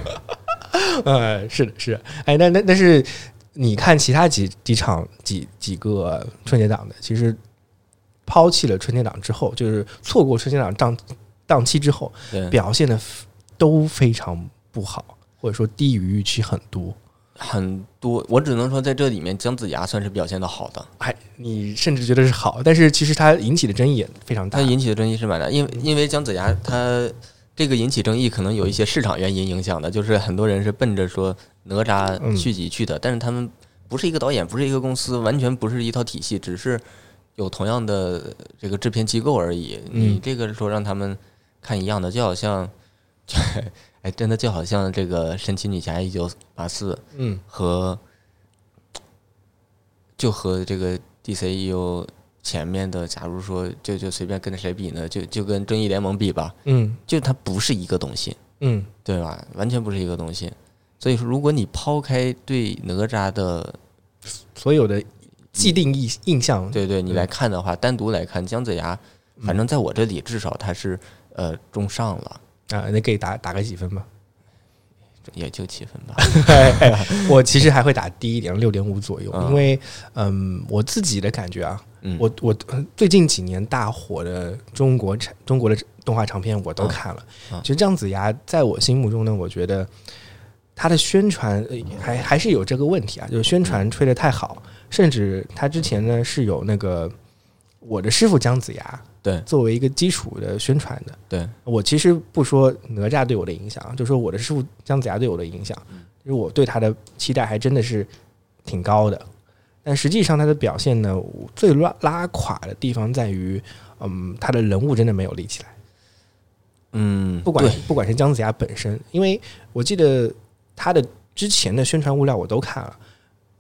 A: 呃，是的，是的。哎，那那但是你看其他几几场几几个春节档的，其实抛弃了春节档之后，就是错过春节档档档期之后，
B: 对，
A: 表现的都非常不好，或者说低于预期很多。
B: 很多，我只能说在这里面，姜子牙算是表现的好的。
A: 哎，你甚至觉得是好，但是其实它引起的争议也非常大
B: 它。引起的争议是蛮大，因为因为姜子牙它这个引起争议，可能有一些市场原因影响的，就是很多人是奔着说哪
A: 嗯
B: 吒续集去的，但是他们不是一个导演，不是一个公司，完全不是一套体系，只是有同样的这个制片机构而已。
A: 嗯
B: 你这个说让他们看一样的，就好像， 哎，真的就好像这个《神奇女侠一九八四》
A: 嗯
B: 和就和这个 DCU 前面的，假如说就就随便跟谁比呢，就就跟正义联盟比吧，
A: 嗯
B: 就它不是一个东西，
A: 嗯
B: 对吧？完全不是一个东西。所以说，如果你抛开对哪吒的，
A: 所有的既定印印象，
B: 对对你来看的话，单独来看姜子牙，反正在我这里至少它是呃中上了，
A: 啊，你给打打个几分吧？
B: 也就七分 吧。
A: 我其实还会打低一点，六点五左右，
B: 嗯
A: 因为嗯，我自己的感觉啊，
B: 嗯，
A: 我我呃最近几年大火的中国产中国的动画长片我都看了
B: 嗯嗯，
A: 其实姜子牙在我心目中呢，我觉得。他的宣传呃还还是有这个问题啊，就是宣
B: 嗯
A: 传吹得太好，甚至他之前呢是有那个我的师傅姜子牙
B: 对
A: 作为一个基础的宣传的，
B: 对，
A: 我其实不说哪吒对我的影响，啊就说我的师傅姜子牙对我的影响，
B: 嗯
A: 就是我对他的期待还真的是挺高的。但实际上他的表现呢，我最拉拉垮的地方在于，嗯，他的人物真的没有立起来。
B: 嗯，
A: 不管
B: 对
A: 不管是姜子牙本身，因为我记得他的之前的宣传物料我都看了，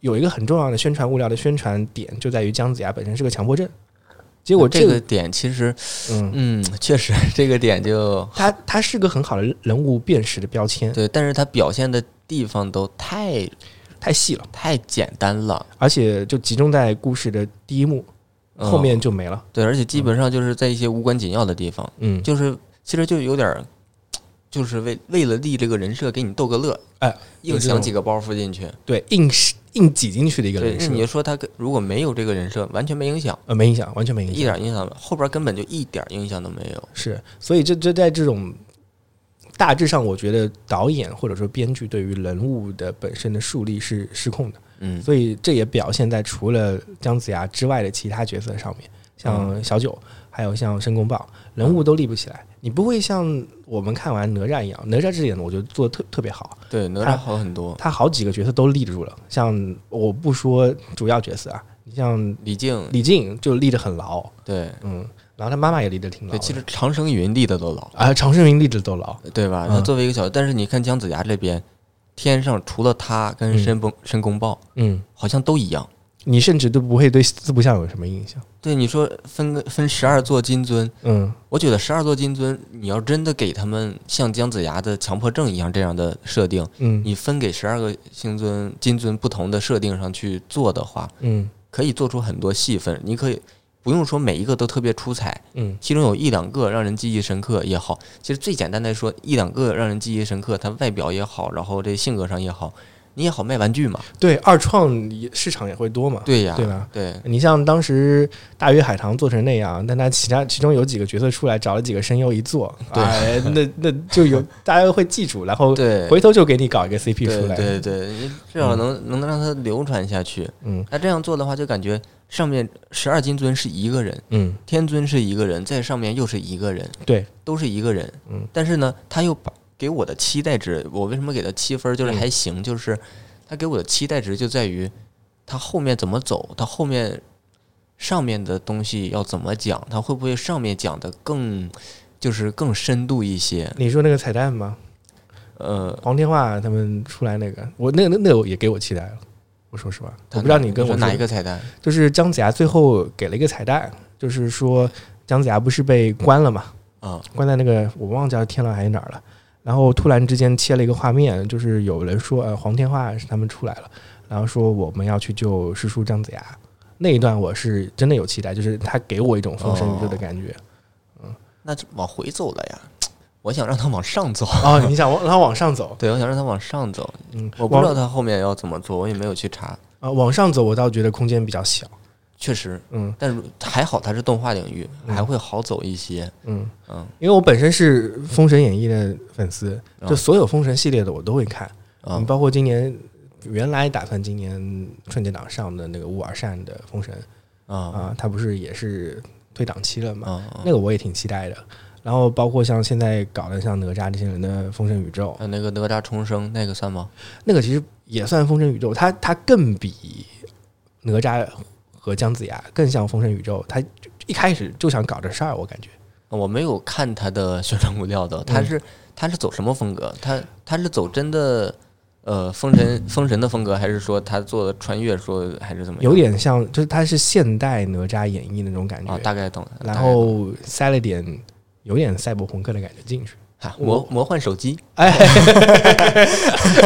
A: 有一个很重要的宣传物料的宣传点就在于姜子牙本身是个强迫症，结果
B: 这
A: 这
B: 个
A: 个，
B: 点其实，
A: 嗯，
B: 嗯，确实这个点就
A: 他他是个很好的人物辨识的标签，
B: 对，但是他表现的地方都太
A: 太细了。
B: 太简单了，
A: 而且就集中在故事的第一幕，
B: 嗯
A: 后面就没了。
B: 对，而且基本上就是在一些无关紧要的地方，
A: 嗯，
B: 就是其实就有点儿，就是为为了立这个人设给你逗个乐，
A: 哎，
B: 硬
A: 有这种
B: 想几个包袱进去，
A: 对，硬是硬挤进去的一个
B: 对，
A: 人
B: 那
A: 设
B: 你，就说他跟如果没有这个人设，完全没影响，
A: 呃，没影响，完全没影
B: 一
A: 响。
B: 点影响后边根本就一点影响都没有。
A: 是，所以这这在这种大致上，我觉得导演或者说编剧对于人物的本身的树立是失控的。
B: 嗯
A: 所以这也表现在除了姜子牙之外的其他角色上面，像小九，还有像申公豹，人物都立不起来。你不会像我们看完哪吒一样，哪吒这点我觉得做的特特别好，
B: 对，哪
A: 他
B: 吒好很多。
A: 他好几个角色都立住了。像我不说主要角色啊，你像
B: 李靖，
A: 李靖就立得很牢，
B: 对
A: 嗯，然后他妈妈也立得挺牢
B: 对，
A: 的，
B: 其实长生云立的都老，
A: 啊，常胜云立得都牢，
B: 对吧？
A: 嗯
B: 他作为一个小，但是你看姜子牙这边，天上除了他跟申公申公豹，
A: 嗯，
B: 好像都一样。
A: 你甚至都不会对四不像有什么印象，
B: 对，你说分个分十二座金尊，
A: 嗯，
B: 我觉得十二座金尊，你要真的给他们像姜子牙的强迫症一样这样的设定，
A: 嗯
B: 你分给十二个星尊金尊不同的设定上去做的话，
A: 嗯
B: 可以做出很多细分。你可以不用说每一个都特别出彩，
A: 嗯
B: 其中有一两个让人记忆深刻也好，其实最简单的说，一两个让人记忆深刻，他外表也好，然后这性格上也好，你也好卖玩具嘛。
A: 对，二创也市场也会多嘛，
B: 对啊呀，
A: 啊对吧？
B: 对
A: 你像当时大鱼海棠做成那样，但他其他其中有几个角色出来，找了几个声优一做，
B: 对
A: 哎那那就有大家会记住，然后
B: 对
A: 回头就给你搞一个 CP 出
B: 对
A: 来。
B: 对对，你至少能能让它流传下去。
A: 嗯
B: 那这样做的话，就感觉上面十二金尊是一个人，
A: 嗯，
B: 天尊是一个人，在上面又是一个人，
A: 对，
B: 都是一个人。
A: 嗯，
B: 但是呢，他又把给我的期待值，我为什么给他七分儿？就是
A: 嗯
B: 还行，就是他给我的期待值就在于他后面怎么走，他后面上面的东西要怎么讲，他会不会上面讲的更就是更深度一些？
A: 你说那个彩蛋吗？
B: 呃，
A: 黄天化他们出来那个，我那那那我也给我期待了。我说实话，我
B: 他
A: 不知道你跟
B: 说
A: 我
B: 哪
A: 说
B: 一个彩蛋？
A: 就是姜子牙最后给了一个彩蛋，就是说姜子牙不是被关了嘛，
B: 啊、
A: 关在那个我忘记叫天狼还是哪儿了。然后突然之间切了一个画面，就是有人说，呃，黄天化是他们出来了，然后说我们要去救师叔姜子牙。那一段我是真的有期待，就是他给我一种风声宇宙的感觉。
B: 那就往回走了呀！我想让他往上走，
A: 哦，你想往他往上走，
B: 对，我想让他往上走。
A: 嗯，
B: 我不知道
A: 往
B: 他后面要怎么做，我也没有去查。
A: 啊往上走，我倒觉得空间比较小。
B: 确实，
A: 嗯
B: 但是还好它是动画领域，
A: 嗯
B: 还会好走一些。
A: 嗯，
B: 嗯，
A: 因为我本身是《封神演义》的粉丝，
B: 啊
A: 就所有《封神》系列的我都会看。
B: 啊、
A: 嗯，包括今年原来打算今年春节档上的那个乌尔善的《封神》
B: 啊
A: 啊，它不是也是退档期了嘛？
B: 啊！
A: 那个我也挺期待的。然后包括像现在搞的像哪吒这些人的《封神宇宙》，
B: 呃那个哪吒重生那个算吗？
A: 那个其实也算《封神宇宙》，它它更比哪吒和姜子牙更像《封神宇宙》，它一开始就想搞这事儿，我感觉。
B: 呃我没有看他的宣传物料的，
A: 嗯
B: 他是他是走什么风格？他他是走真的呃封神封神的风格，还是说他做的穿越说还是怎么样？
A: 有点像，就是它是现代哪吒演绎那种感觉，
B: 啊，大概懂。大概
A: 然
B: 懂
A: 后塞了点有点赛博朋克的感觉进去。
B: 啊魔魔幻手机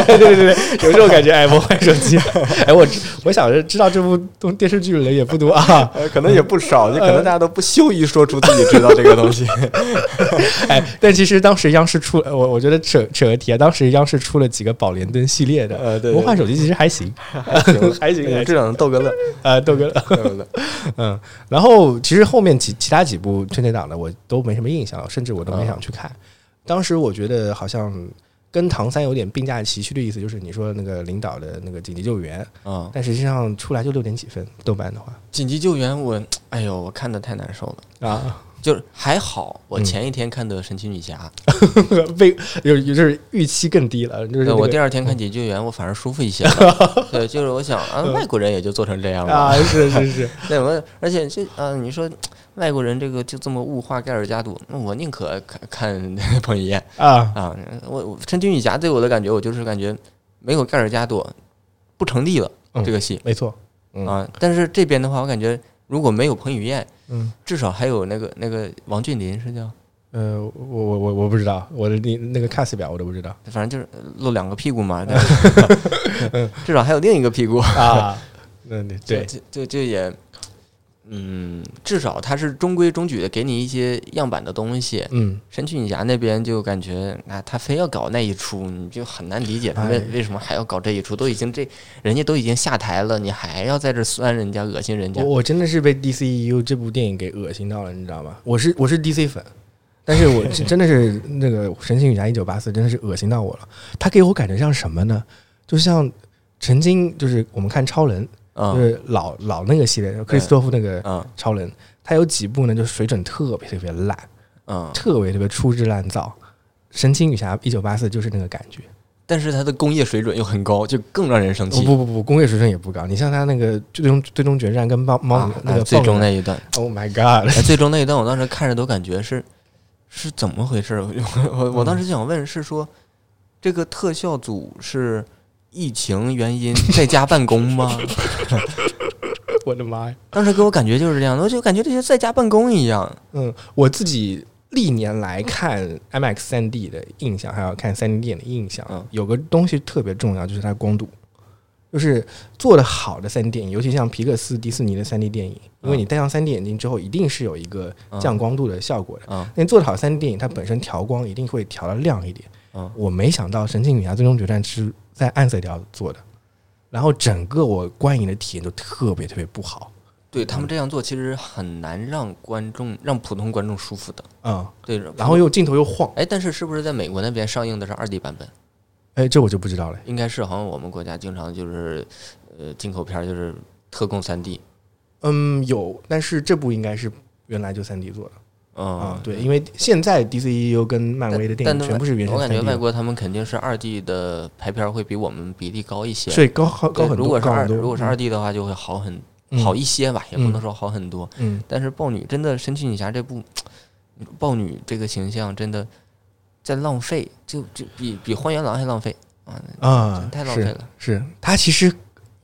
A: 对对对，有这种感觉。哎，魔幻手机， 哎，我知我想着知道这部动电视剧的人也不多啊。
B: 呃，可能也不少，就可能大家都不羞于说出自己知道这个东 西。
A: 哎，但其实当时央视出，呃我我觉得扯扯个题啊，当时央视出了几个宝莲灯系列的。
B: 呃，对，
A: 魔幻手机其实还行，还行还
B: 我
A: 行
B: 至少能逗 个乐，
A: 呃，豆 哥，
B: 逗个乐。
A: 嗯，然后其实后面其其他几部春节档的我都没什么印象了，甚至我都没想去看。当时我觉得好像跟唐三有点并驾齐驱的意思，就是你说那个领导的那个紧急救援，
B: 嗯，
A: 但实际上出来就六点几分，豆瓣的话
B: 紧急救援我，哎呦，我看的太难受了。
A: 啊，
B: 就是还好，我
A: 嗯
B: 前一天看的《神奇女侠
A: 被有有就是预期更低了，就》，是、
B: 对
A: 那个、嗯
B: 我第二天看《解救援》，我反而舒服一些 了。对，就是我想啊，外国人也就做成这样了。
A: 嗯啊，是是是，
B: 对，我而且这啊，你说外国人这个就这么物化盖尔加朵，那我宁可看看 彭于晏
A: 啊，
B: 啊。我我《神奇女侠》对我的感觉，我就是感觉没有盖尔加朵不成立了
A: 嗯
B: 这个戏
A: 没错，嗯
B: 啊。但是这边的话，我感觉如果没有彭于晏，
A: 嗯，
B: 至少还有那个那个王俊林是叫。
A: 呃，我我我我不知道我的那那个 cast 表我都不知道
B: 反正就是露两个屁 股嘛，但是 至少还有另一个屁股。
A: 啊，嗯对
B: 就，就就也嗯，至少它是中规中矩的给你一些样板的东西。
A: 嗯，
B: 神曲女侠那边就感觉，那、他非要搞那一出，你就很难理解他为
A: 哎
B: 为什么还要搞这一出。都已经这人家都已经下台了，你还要在这酸人家、恶心人家
A: 我。我真的是被 DCU 这部电影给恶心到了，你知道吗？我是我是 DC 粉，但是我是真的是那个《神奇女侠一九八四》真的是恶心到我了。它给我感觉像什么呢？就像曾经就是我们看超人，就
B: 嗯
A: 是老老那个系列，克里斯托夫那个
B: 嗯
A: 超人，他有几部呢，就水准特别特别烂，
B: 嗯，
A: 特别特别粗制滥造。神奇女侠一九八四就是那个感觉，
B: 但是它的工业水准又很高，就更让人生
A: 哦不
B: 气。
A: 不不不，工业水准也不高。你像他那个最终最终决战跟猫猫、
B: 啊，
A: 那个
B: 最终
A: 那
B: 那一段，
A: ，Oh my God！
B: 哎，最终那一段，我当时看着都感觉是是怎么回事儿？ 我我我当时就想问，是说这个特效组是疫情原 因在家办公吗？
A: 我的妈呀！
B: 当时给我感觉就是这样，我就感觉这些在家办公一样。
A: 嗯，我自己历年来看 IMAX 三 D 的印象，还有看三 D 电影的印象，
B: 嗯
A: 有个东西特别重要，就是它的光度。就是做的好的三 D 电影，尤其像皮克斯、迪士尼的三 D 电影，因为
B: 嗯
A: 你戴上三 D 眼镜之后，一定是有一个降光度的效果的。
B: 啊
A: 那做的好三 D 电影，它本身调光一定会调的亮一点。
B: 啊
A: 我没想到《神奇女侠：最终决战》是在暗色调做的，然后整个我观影的体验就特别特别不好。
B: 对他们这样做其实很难让观众让普通观众舒服的。
A: 嗯，
B: 对，
A: 然后又镜头又晃，
B: 哎，但是是不是在美国那边上映的是二 D 版本？
A: 哎，这我就不知道了。
B: 应该是，好像我们国家经常就是呃进口片儿就是特供三 D。
A: 嗯，有，但是这部应该是原来就三 D 做的
B: 嗯，
A: 啊、对，因为现在 DCEU 跟漫威的
B: 但
A: 电影
B: 但
A: 全部是原
B: 我
A: 生
B: 感
A: 三
B: 觉
A: D，
B: 外
A: 的
B: 国他们肯定是二 D 的排片儿会比我们比例高一些。
A: 所以高高高
B: 对
A: 很多。
B: 如果是
A: 高很
B: 二
A: 多嗯
B: 如果是二 D 的话，就会好很、好，一些吧，也不能说好很多。
A: 嗯
B: 但是豹女真的神奇女侠这部，豹女这个形象真的在浪费，就就比比荒原狼还浪费啊，
A: 嗯啊，
B: 太浪费
A: 是
B: 了。
A: 是，他其实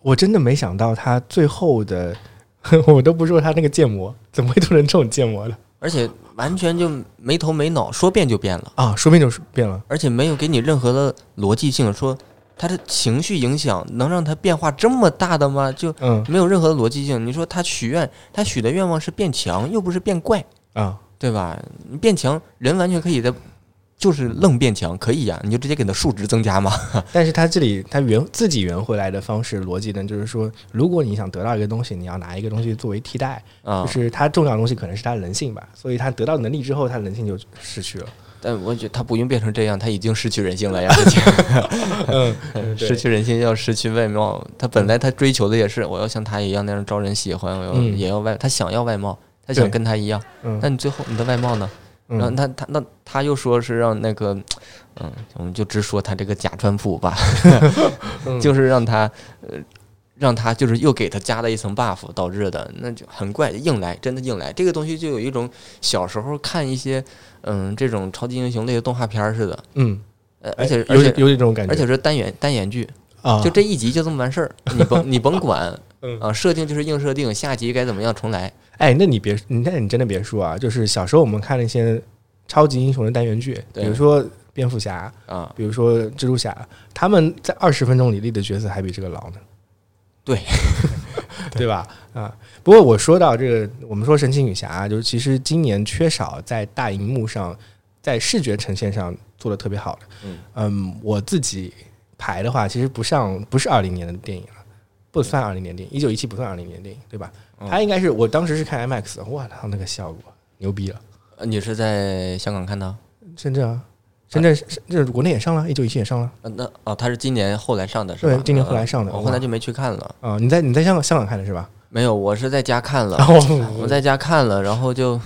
A: 我真的没想到他最后的， 我都不说他那个建模怎么会做成这种建模的
B: 而且完全就没头没脑，说变就变了，
A: 啊？说变就是变了，
B: 而且没有给你任何的逻辑性，说他的情绪影响能让他变化这么大的吗？就
A: 嗯
B: 没有任何的逻辑性。你说他许愿，他许的愿望是变强，又不是变怪，
A: 啊，
B: 对吧？你变强，人完全可以在，就是愣变强，可以呀、你就直接给他数值增加嘛。
A: 但是他这里他圆自己圆回来的方式逻辑呢，就是说，如果你想得到一个东西，你要拿一个东西作为替代，
B: 啊、
A: 就是他重要的东西可能是他人性吧，所以他得到能力之后，他人性就失去了。
B: 但我觉得他不用变成这样，他已经失去人性 了呀，
A: 嗯，
B: 失去人性要失去外貌。他本来他追求的也是，我要像他一样那样招人喜欢，我要、
A: 嗯
B: 也要外，他想要外貌，他想
A: 对
B: 跟他一样。
A: 嗯
B: 那你最后你的外貌呢？然后
A: 嗯，
B: 他他那他又说是让那个，嗯，我们就直说他这个假川 普吧，
A: 嗯
B: 就是让他呃，让他就是又给他加了一层 buff 导致的，那就很怪，硬来，真的硬来。这个东西就有一种小时候看一些嗯这种超级英雄类的动画片儿似的，
A: 嗯，
B: 呃，
A: 哎
B: 而且
A: 有
B: 而
A: 点
B: 且
A: 有点这种感觉，
B: 而且是单元单元剧，
A: 啊，
B: 就这一集就这么完事儿，你甭你甭管
A: 嗯
B: 啊，设定就是硬设定，下集该怎么样重来。
A: 哎，那你别，你但你真的别说啊，就是小时候我们看那些超级英雄的单元剧，比
B: 对
A: 如说蝙蝠侠，
B: 啊，
A: 比如说蜘蛛侠，他们在二十分钟里立的角色还比这个牢呢。
B: 对，
A: 对吧？啊，不过我说到这个，我们说神奇女侠、啊，就是其实今年缺少在大荧幕上，在视觉呈现上做的特别好的。
B: 嗯
A: 我自己排的话，其实不上不是二零年的电影了，不算二零年电影，一九一七不算二零年电影，对吧？
B: 嗯
A: 它应该是我当时是看 IMAX，的哇操，那个效果牛逼了！
B: 呃你是在香港看的？
A: 深圳啊，深圳这国内也上了，一九一七也上了
B: 呃那哦，他是今年后来上的是吧？
A: 对今年后来上的嗯
B: 呃我
A: 哇
B: 后来就没去看了。
A: 啊、你在你在香港香港看的是吧？
B: 没有，我是在家看了，我
A: 哦，
B: 在家看了，然后就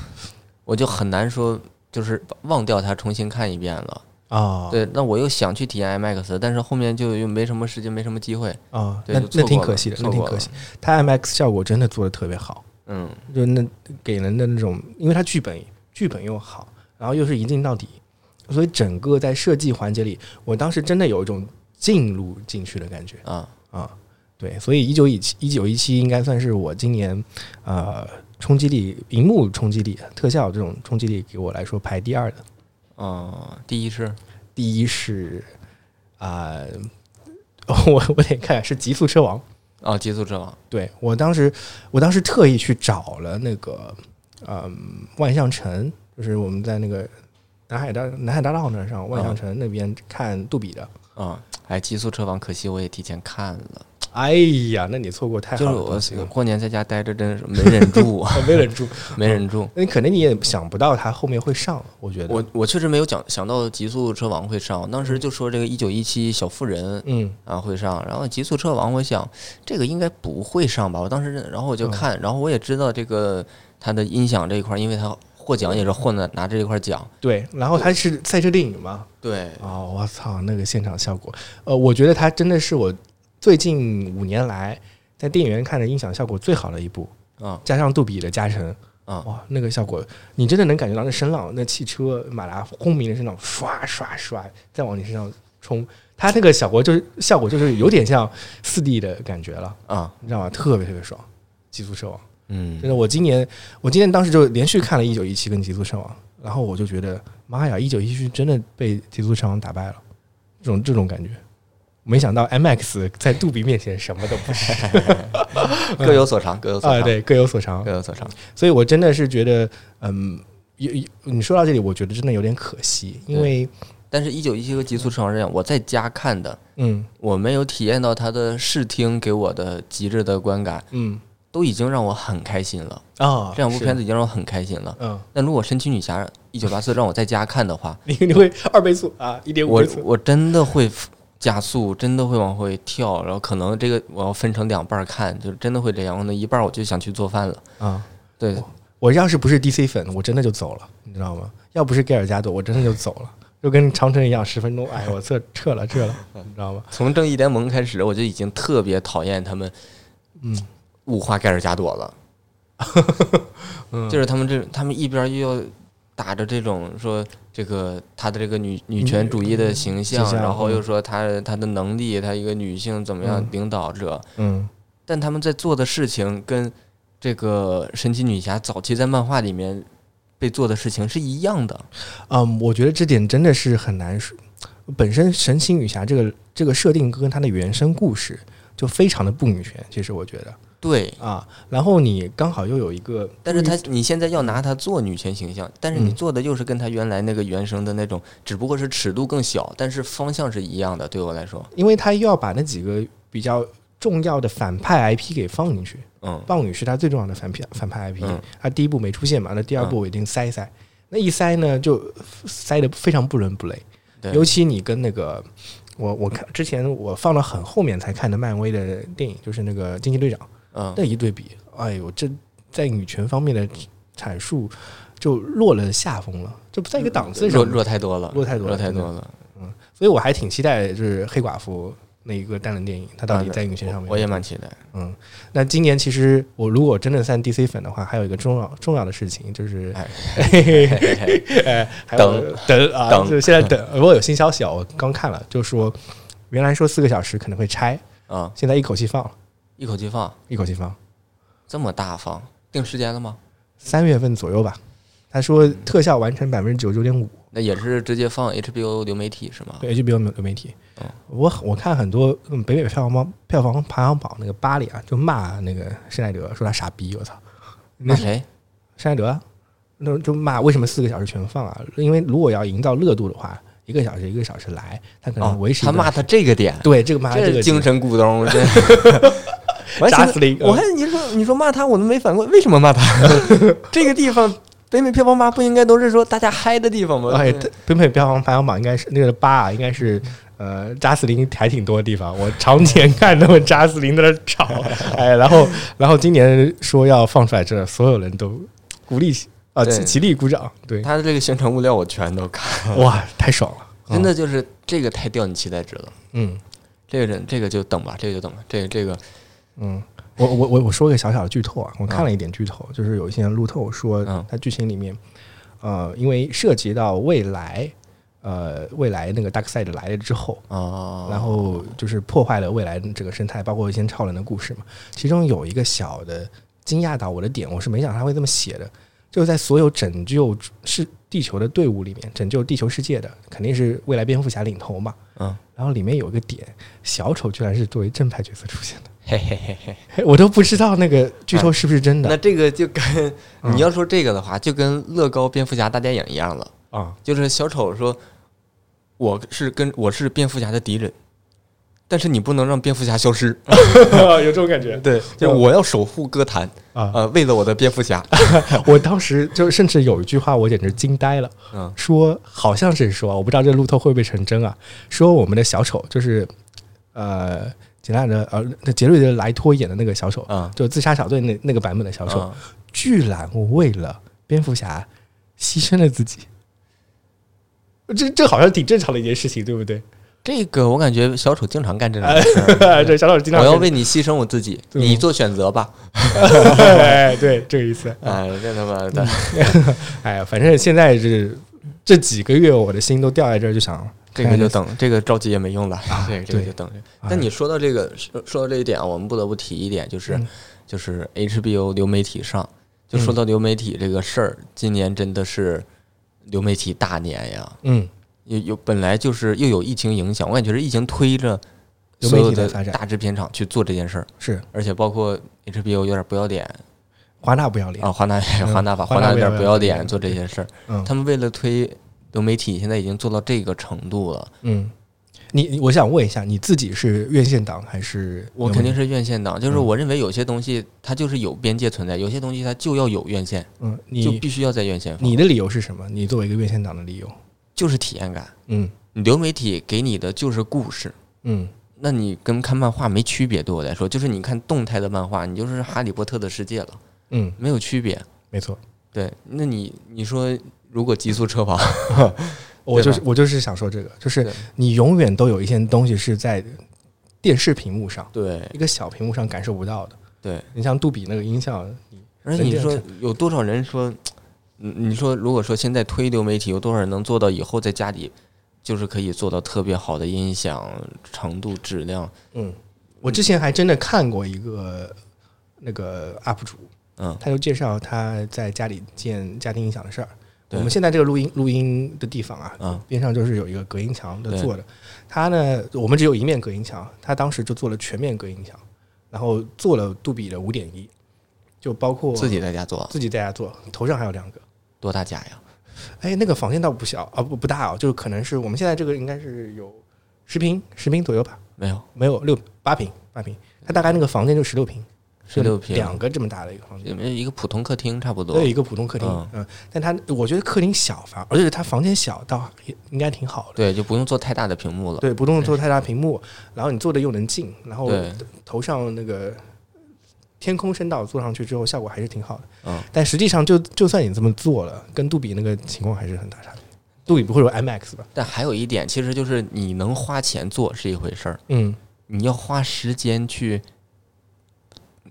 B: 我就很难说，就是忘掉它，重新看一遍了。
A: 啊
B: 对，那我又想去体验 IMAX，但是后面就又没什么时间，没什么机会。
A: 啊，
B: 对
A: 那
B: 就错
A: 那挺
B: 过
A: 可
B: 了
A: 惜的，那
B: 错
A: 挺
B: 过
A: 可
B: 了
A: 惜。它 IMAX 效果真的做的特别好，
B: 嗯，
A: 就那给人的那种，因为它剧本剧本又好，然后又是一镜到底，所以整个在设计环节里，我当时真的有一种进入进去的感觉。
B: 啊，
A: 啊，对，所以一九一七一九一七应该算是我今年呃冲击力、荧幕冲击力、特效这种冲击力给我来说排第二的，
B: 哦，第一是
A: 第一是啊、我我得看是《极速车王》
B: 啊，极速之王
A: 对我当时，我当时特意去找了那个，嗯，万象城，就是我们在那个南海大南海大道那上万象
B: 嗯
A: 城那边看杜比的。
B: 啊，哎，极速车王，可惜我也提前看了，
A: 哎呀，那你错过太
B: 就
A: 好
B: 是
A: 的东西
B: 我
A: 了，
B: 过年在家待着，真是没忍 住啊，
A: 我没忍住。
B: 没忍住。
A: 那你肯定你也想不到它后面会上，我觉得。
B: 我我确实没有想想到极速车王会上，当时就说这个一九一七小妇人
A: 嗯，
B: 啊会上，然后极速车王，我想这个应该不会上吧？我当时然后我
A: 嗯
B: 就看，然后我也知道这个它的音响这一块，因为它获奖也是获拿拿这一块奖，
A: 对，然后它是赛车电影嘛，
B: 对，
A: 啊、我操，那个现场效果，呃，我觉得它真的是我最近五年来在电影院看的音响效果最好的一部，
B: 啊
A: 加上杜比的加成，
B: 啊
A: 哇，那个效果，你真的能感觉到那声浪，那汽车马达轰鸣的声浪，唰唰唰，再往你身上冲，它那个效果就是效果就是有点像四 D 的感觉了，
B: 啊，
A: 你知道吗？特别特别爽，极速车王。
B: 嗯
A: 真的，我今年我今年当时就连续看了《一九一七》跟《极速车王》，然后我就觉得妈呀，《一九一七》真的被《极速车王》打败了，这种这种感觉。没想到 MX 在杜比面前什么都不是
B: 各有所长，各有所
A: 啊，
B: 长，
A: 对，各有所长
B: 各。有所长。
A: 所以我真的是觉得，嗯，有有你说到这里，我觉得真的有点可惜，因为
B: 但是，一九一七和极速车王这样，我在家看的，
A: 嗯
B: 我没有体验到它的视听给我的极致的观感，
A: 嗯
B: 都已经让我很开心了。
A: 啊，
B: 这两部
A: 是
B: 片子已经让我很开心了。
A: 嗯，
B: 但如果《神奇女侠》一九八四让我在家看的话，
A: 你你会二倍速啊，一点五
B: 我
A: 倍速，
B: 我真的会加速，真的会往回跳，然后可能这个我要分成两半儿看，就真的会这样。可能一半儿我就想去做饭了。
A: 啊。
B: 对，
A: 我要是不是 DC 粉，我真的就走了，你知道吗？要不是盖尔加朵，我真的就走了，就跟长城一样，十分钟，哎，我撤撤了撤了，你知道吗？
B: 从《正义联盟》开始，我就已经特别讨厌他们，
A: 嗯，
B: 物化盖尔加朵 了。就是他们这，他们一边又要打着这种说这个她的这个女女权主义的形象，
A: 形象
B: 然后
A: 嗯
B: 又说她她的能力，她一个女性怎么样
A: 嗯
B: 领导者，
A: 嗯，
B: 但他们在做的事情跟这个神奇女侠早期在漫画里面被做的事情是一样的。
A: 嗯，我觉得这点真的是很难说。本身神奇女侠这个这个设定跟她的原生故事就非常的不女权，其实我觉得
B: 对，
A: 啊，然后你刚好又有一个，
B: 但是她你现在要拿她做女权形象，但是你
A: 嗯
B: 做的又是跟她原来那个原生的那种，只不过是尺度更小，但是方向是一样的。对我来说，
A: 因为她又要把那几个比较重要的反派 IP 给放进去，
B: 嗯
A: 棒女是他最重要的反派反派 IP，、
B: 嗯
A: 他第一部没出现嘛，那第二部我一定塞一塞，那一塞呢就塞的非常不伦不类，
B: 对
A: 尤其你跟那个我我看之前我放到很后面才看的漫威的电影，就是那个惊奇队长，
B: 嗯
A: 那一对比，哎呦，这在女权方面的阐述就落了下风了，这不在一个档次上
B: 嗯弱，弱太多了，
A: 弱太多了
B: 弱太
A: 真的
B: 多了。
A: 所以我还挺期待就是黑寡妇那一个单人电影，它到底
B: 啊
A: 在女权上面、
B: 我也蛮期待。
A: 嗯，那今年其实我如果真的算 DC 粉的话，还有一个重要重要的事情就是，
B: 哎
A: 哎，还有等啊，
B: 等
A: 就是现在等。我有新消息啊，我刚看了，就说原来说四个小时可能会拆，
B: 啊，
A: 现在一口气放了，
B: 一口气放
A: 一口气放，
B: 这么大方，定时间了吗？
A: 三月份左右吧。他说特效完成百分之九十九点五，
B: 那也是直接放 HBO 流媒体是吗？
A: 对 HBO 流媒体
B: 嗯。
A: 我我看很多嗯北美票房票房排行榜那个巴里啊，就骂那个施耐德说他傻逼，我操。
B: 那谁？
A: 施耐德啊，那就骂为什么四个小时全放啊？因为如果要营造热度的话，一个小时一个小时来，他可能
B: 哦
A: 维，持一
B: 他
A: 段、
B: 骂他这 个点，
A: 对这个骂这
B: 这
A: 个
B: 是精神股东，这我还
A: 扎
B: 寻
A: 死
B: 思
A: 了一个
B: 我还 你说你说骂他，我都没反过，为什么骂他？ 这个地方北美票房吧不应该都是说大家嗨的地方吗？
A: 哎，北美票房排行榜应该是那个八啊，应该是呃扎斯林还挺多地方。我常
B: 嗯
A: 年看他们扎斯林在那儿 吵，哎，然后然后今年说要放出来这，所有人都鼓励啊，
B: 对
A: 起起立鼓掌，对，
B: 他的这个宣传物料我全都看，
A: 哇，太爽了，
B: 真的就是这个太吊你期待值了。
A: 嗯，
B: 这个人这个就等吧，这个就等吧，这个这个
A: 嗯，我我我我说个小小的剧透啊，我看了一点剧透，就是有一些人路透说
B: 嗯，
A: 它剧情里面，呃，因为涉及到未来，呃，未来那个 Dark Side 来了之后，
B: 哦，
A: 然后就是破坏了未来整个生态，包括一些超人的故事嘛，其中有一个小的惊讶到我的点，我是没想到他会这么写的，就是在所有拯救是地球的队伍里面，拯救地球世界的肯定是未来蝙蝠侠领头嘛，
B: 嗯，
A: 然后里面有一个点，小丑居然是作为正派角色出现的，
B: 嘿嘿嘿嘿。
A: 我都不知道那个剧透是不是真的
B: 那这个就跟
A: 嗯
B: 你要说这个的话，就跟乐高蝙蝠侠大电影一样了，
A: 啊
B: 就是小丑说我是跟我是蝙蝠侠的敌人，但是你不能让蝙蝠侠消失，
A: 有这种感 觉
B: 对， 就是我要守护歌坛，
A: 啊！
B: 呃，为了我的蝙蝠侠，
A: 我当时就甚至有一句话，我简直惊呆了，
B: 嗯
A: 说好像是说，我不知道这路透会不会成真啊，说我们的小丑就是呃杰拉德呃那杰瑞德莱托演的那个小丑，
B: 嗯，
A: 就自杀小队那那个版本的小丑，
B: 嗯
A: 居然为了蝙蝠侠牺牲了自己。这这好像挺正常的一件事情，对不对？
B: 这个我感觉小丑经常干这种事 儿，
A: 这小丑经常
B: 嗯我要 为你牺牲我自己，
A: 对
B: 你做选择吧。
A: 哎，对这个意思。
B: 哎，这他妈的，
A: 哎呀，反正现在这这几个月，我的心都掉在这儿，就想
B: 这个就等，这个着急也没用了
A: 啊，
B: 这个这个
A: 对
B: 就等着。
A: 哎
B: 但你说到这个，说说到这一点啊，我们不得不提一点，就是
A: 嗯
B: 就是 HBO 流媒体上，就说到流媒体这个事儿，今年真的是流媒体大年呀，
A: 嗯，
B: 有有本来就是又有疫情影响，我感觉是疫情推着
A: 流
B: 所
A: 媒
B: 有
A: 体的
B: 的
A: 发展
B: 大制片厂去做这件事儿，
A: 是
B: 而且包括 HBO 有点不要脸，
A: 华纳不要脸，
B: 啊，华纳华纳吧，
A: 嗯华
B: 华
A: 纳
B: 纳有
A: 为
B: 点
A: 了
B: 不要脸做这些事儿。
A: 嗯
B: 他们为了推流媒体，现在已经做到这个程度了。
A: 嗯，你你我想问一下，你自己是院线党还是
B: 我
A: 流媒
B: 肯定
A: 体
B: 是院线党，
A: 嗯
B: 就是我认为有些东西它就是有边界存在，有些东西它就要有院线，
A: 嗯，
B: 就
A: 你
B: 必须要在院线放。
A: 你的理由是什么？你作为一个院线党的理由？
B: 就是体验感，
A: 嗯
B: 你流媒体给你的就是故事。
A: 嗯
B: 那你跟看漫画没区别，对我来说，就是你看动态的漫画，你就是《哈利波特》的世界了，
A: 嗯，
B: 没有区别。
A: 没错，
B: 对，那你你说，如果极速车 房，
A: 我就是我就是想说这个，就是
B: 对
A: 你永远都有一些东西是在电视屏幕上，
B: 对
A: 一个小屏幕上感受不到的。
B: 对，
A: 你像杜比那个音效，你
B: 而且
A: 人
B: 你
A: 家
B: 说
A: 看
B: 有多少人说，嗯你说如果说现在推流媒体，有多少人能做到以后在家里就是可以做到特别好的音响程度、质量？
A: 嗯，我之前还真的看过一个那个 UP 主，
B: 嗯，
A: 他就介绍他在家里建家庭音响的事儿。
B: 对
A: 我们现在这个录音录音的地方啊，
B: 嗯
A: 边上就是有一个隔音墙的
B: 对
A: 做的。他呢，我们只有一面隔音墙，他当时就做了全面隔音墙，然后做了杜比的五点一，就包括
B: 自己在家做
A: 自己在家做，头上还有两个。
B: 多大家呀？
A: 哎，那个房间倒不小啊，不不大啊，就是可能是我们现在这个应该是有十平十平左右吧，
B: 没有
A: 没有六八平八平，他大概那个房间就十六平，
B: 十六平，
A: 两个这么大的一个房间
B: 有。没有一个普通客厅差不
A: 都
B: 多
A: 有？一个普通客厅，嗯
B: 嗯
A: 但他我觉得客厅小反而，而且他房间小，倒也应该挺好的。
B: 对，就不用做太大的屏幕了。
A: 对，不用做太大屏幕，然后你坐的又能静，然后
B: 对，
A: 头上那个天空声道做上去之后，效果还是挺好的。
B: 嗯，
A: 但实际上就就算你这么做了，跟杜比那个情况还是很大差别。杜比不会有 IMAX 吧？
B: 但还有一点，其实就是你能花钱做是一回事儿，
A: 嗯，
B: 你要花时间去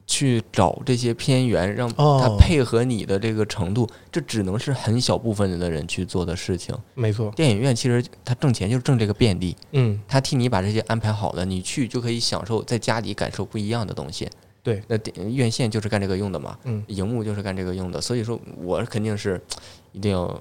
B: 去找这些片源，让它
A: 哦
B: 配合你的这个程度，这只能是很小部分的人去做的事情。
A: 没错，
B: 电影院其实它挣钱就是挣这个便利，
A: 嗯，
B: 它替你把这些安排好了，你去就可以享受在家里感受不一样的东西。
A: 对，
B: 那电院线就是干这个用的嘛，
A: 嗯，
B: 荧幕就是干这个用的，所以说我肯定是一定要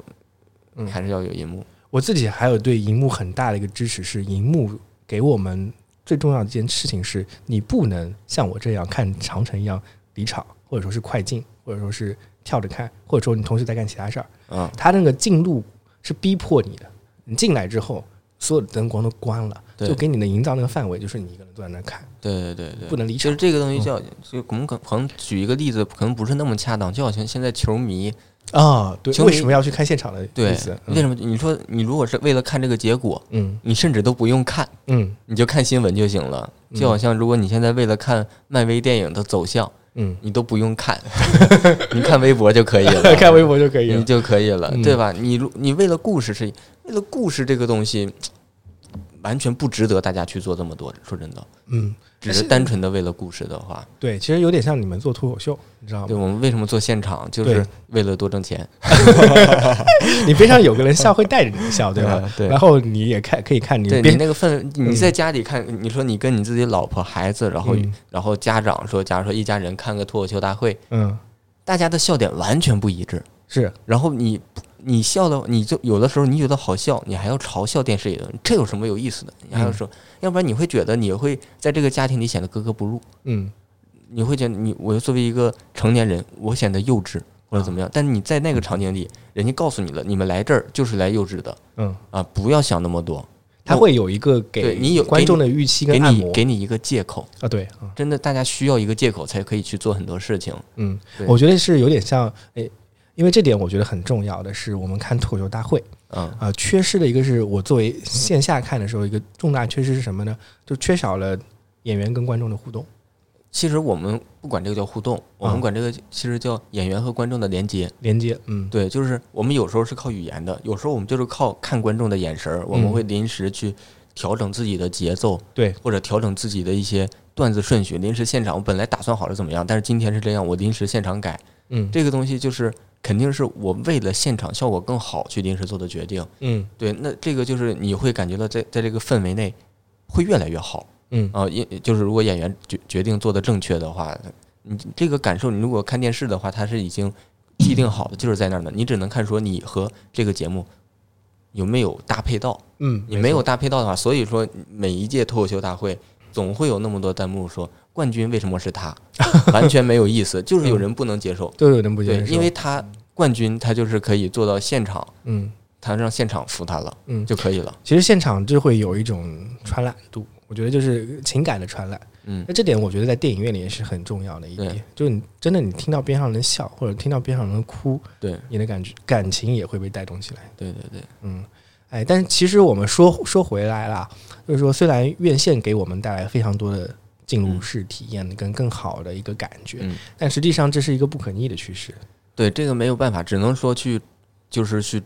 A: 嗯
B: 还是要有荧幕。
A: 我自己还有对荧幕很大的一个支持是，荧幕给我们最重要的一件事情是，你不能像我这样看长城一样离场，或者说是快进，或者说是跳着看，或者说你同时在干其他事儿。
B: 嗯，
A: 它那个进入是逼迫你的，你进来之后，所有的灯光都关了，
B: 对
A: 就给你的营造那个氛围，就是你一个人坐在那看，
B: 对对对对，
A: 不能离
B: 其
A: 场嗯
B: 实。这个东西叫，就我们可可能举一个例子，可能不是那么恰当，就好像现在球迷，
A: 啊、对，
B: 球迷
A: 为什么要去看现场的意
B: 对
A: 思？，嗯
B: 为
A: 么？
B: 什么？你说你如果是为了看这个结果，
A: 嗯
B: 你甚至都不用看，
A: 嗯
B: 你就看新闻就行了。
A: 嗯
B: 就好像如果你现在为了看漫威电影的走向，
A: 嗯，
B: 你都不用看， 你看微博就可以了，
A: 看微博就可以
B: 你
A: 了。
B: 就可以了
A: 嗯，
B: 对吧？你如你为了故事是为了故事这个东西，完全不值得大家去做这么多。说真的，
A: 嗯，
B: 只是单纯的为了故事的话，
A: 对，其实有点像你们做脱口秀，你知道吗
B: 对？我们为什么做现场，就是为了多挣钱，
A: 你边上有个人笑，会带着你笑，对吧？
B: 对
A: 然后你也看，可以看你
B: 对你
A: 边
B: 那个氛，你在家里看，你说你跟你自己老婆、孩子，然后
A: 嗯
B: 然后家长说，假如说一家人看个脱口秀大会，
A: 嗯
B: 大家的笑点完全不一致，
A: 是
B: 然后你你笑的，你就有的时候你觉得好笑，你还要嘲笑电视里的，这有什么有意思的？你还要说，要不然你会觉得你会在这个家庭里显得格格不入，
A: 嗯
B: 你会觉得你我作为一个成年人，我显得幼稚或者怎么样。但是你在那个场景里，人家告诉你了，你们来这儿就是来幼稚的
A: 嗯，
B: 啊，不要想那么多，
A: 他会有一个给
B: 对你有给
A: 观
B: 你
A: 众的预期
B: 给
A: 跟按
B: 你
A: 摩
B: 给你一个借口。
A: 啊，对啊，
B: 真的，大家需要一个借口才可以去做很多事情。
A: 嗯，
B: 对
A: 我觉得是有点像诶。因为这点我觉得很重要的是，我们看脱口秀大会
B: 嗯
A: 啊、缺失的一个是我作为线下看的时候，一个重大缺失是什么呢？就缺少了演员跟观众的互动
B: 其实我们不管这个叫互动，我们
A: 嗯
B: 管这个其实叫演员和观众的连接。
A: 连接。嗯，
B: 对，就是我们有时候是靠语言的，有时候我们就是靠看观众的眼神儿，我们
A: 嗯
B: 会临时去调整自己的节奏，
A: 对，
B: 或者调整自己的一些段子顺序。临时现场，我本来打算好了怎么样，但是今天是这样，我临时现场改。
A: 嗯
B: 这个东西就是肯定是我为了现场效果更好去临时做的决定。
A: 嗯
B: 对，那这个就是你会感觉到在在这个氛围内会越来越好
A: 嗯
B: 啊，因、就是如果演员决决定做的正确的话，你这个感受，你如果看电视的话，它是已经既定好的，就是在那儿的，你只能看说你和这个节目有没有搭配到，
A: 嗯，
B: 你没有搭配到的话，所以说每一届脱口秀大会总会有那么多弹幕说冠军为什么是 他，完全没有意思，就是有人不能接受，
A: 都有嗯人不接
B: 对，
A: 受，
B: 因为他冠军他就是可以做到现场，
A: 嗯
B: 他让现场服他了。
A: 嗯，
B: 就可以了。
A: 其实现场就会有一种传染度，我觉得就是情感的传染。
B: 嗯
A: 那这点我觉得在电影院里也是很重要的一点
B: 对，
A: 就是你真的你听到边上人笑，或者听到边上人哭，
B: 对
A: 你的感觉感情也会被带动起来。
B: 对对对，
A: 嗯，哎，但其实我们说说回来啦，就是说虽然院线给我们带来非常多的进入式体验跟更好的一个感觉，
B: 嗯，
A: 但实际上这是一个不可逆的趋势。
B: 对这个没有办法，只能说去，就是去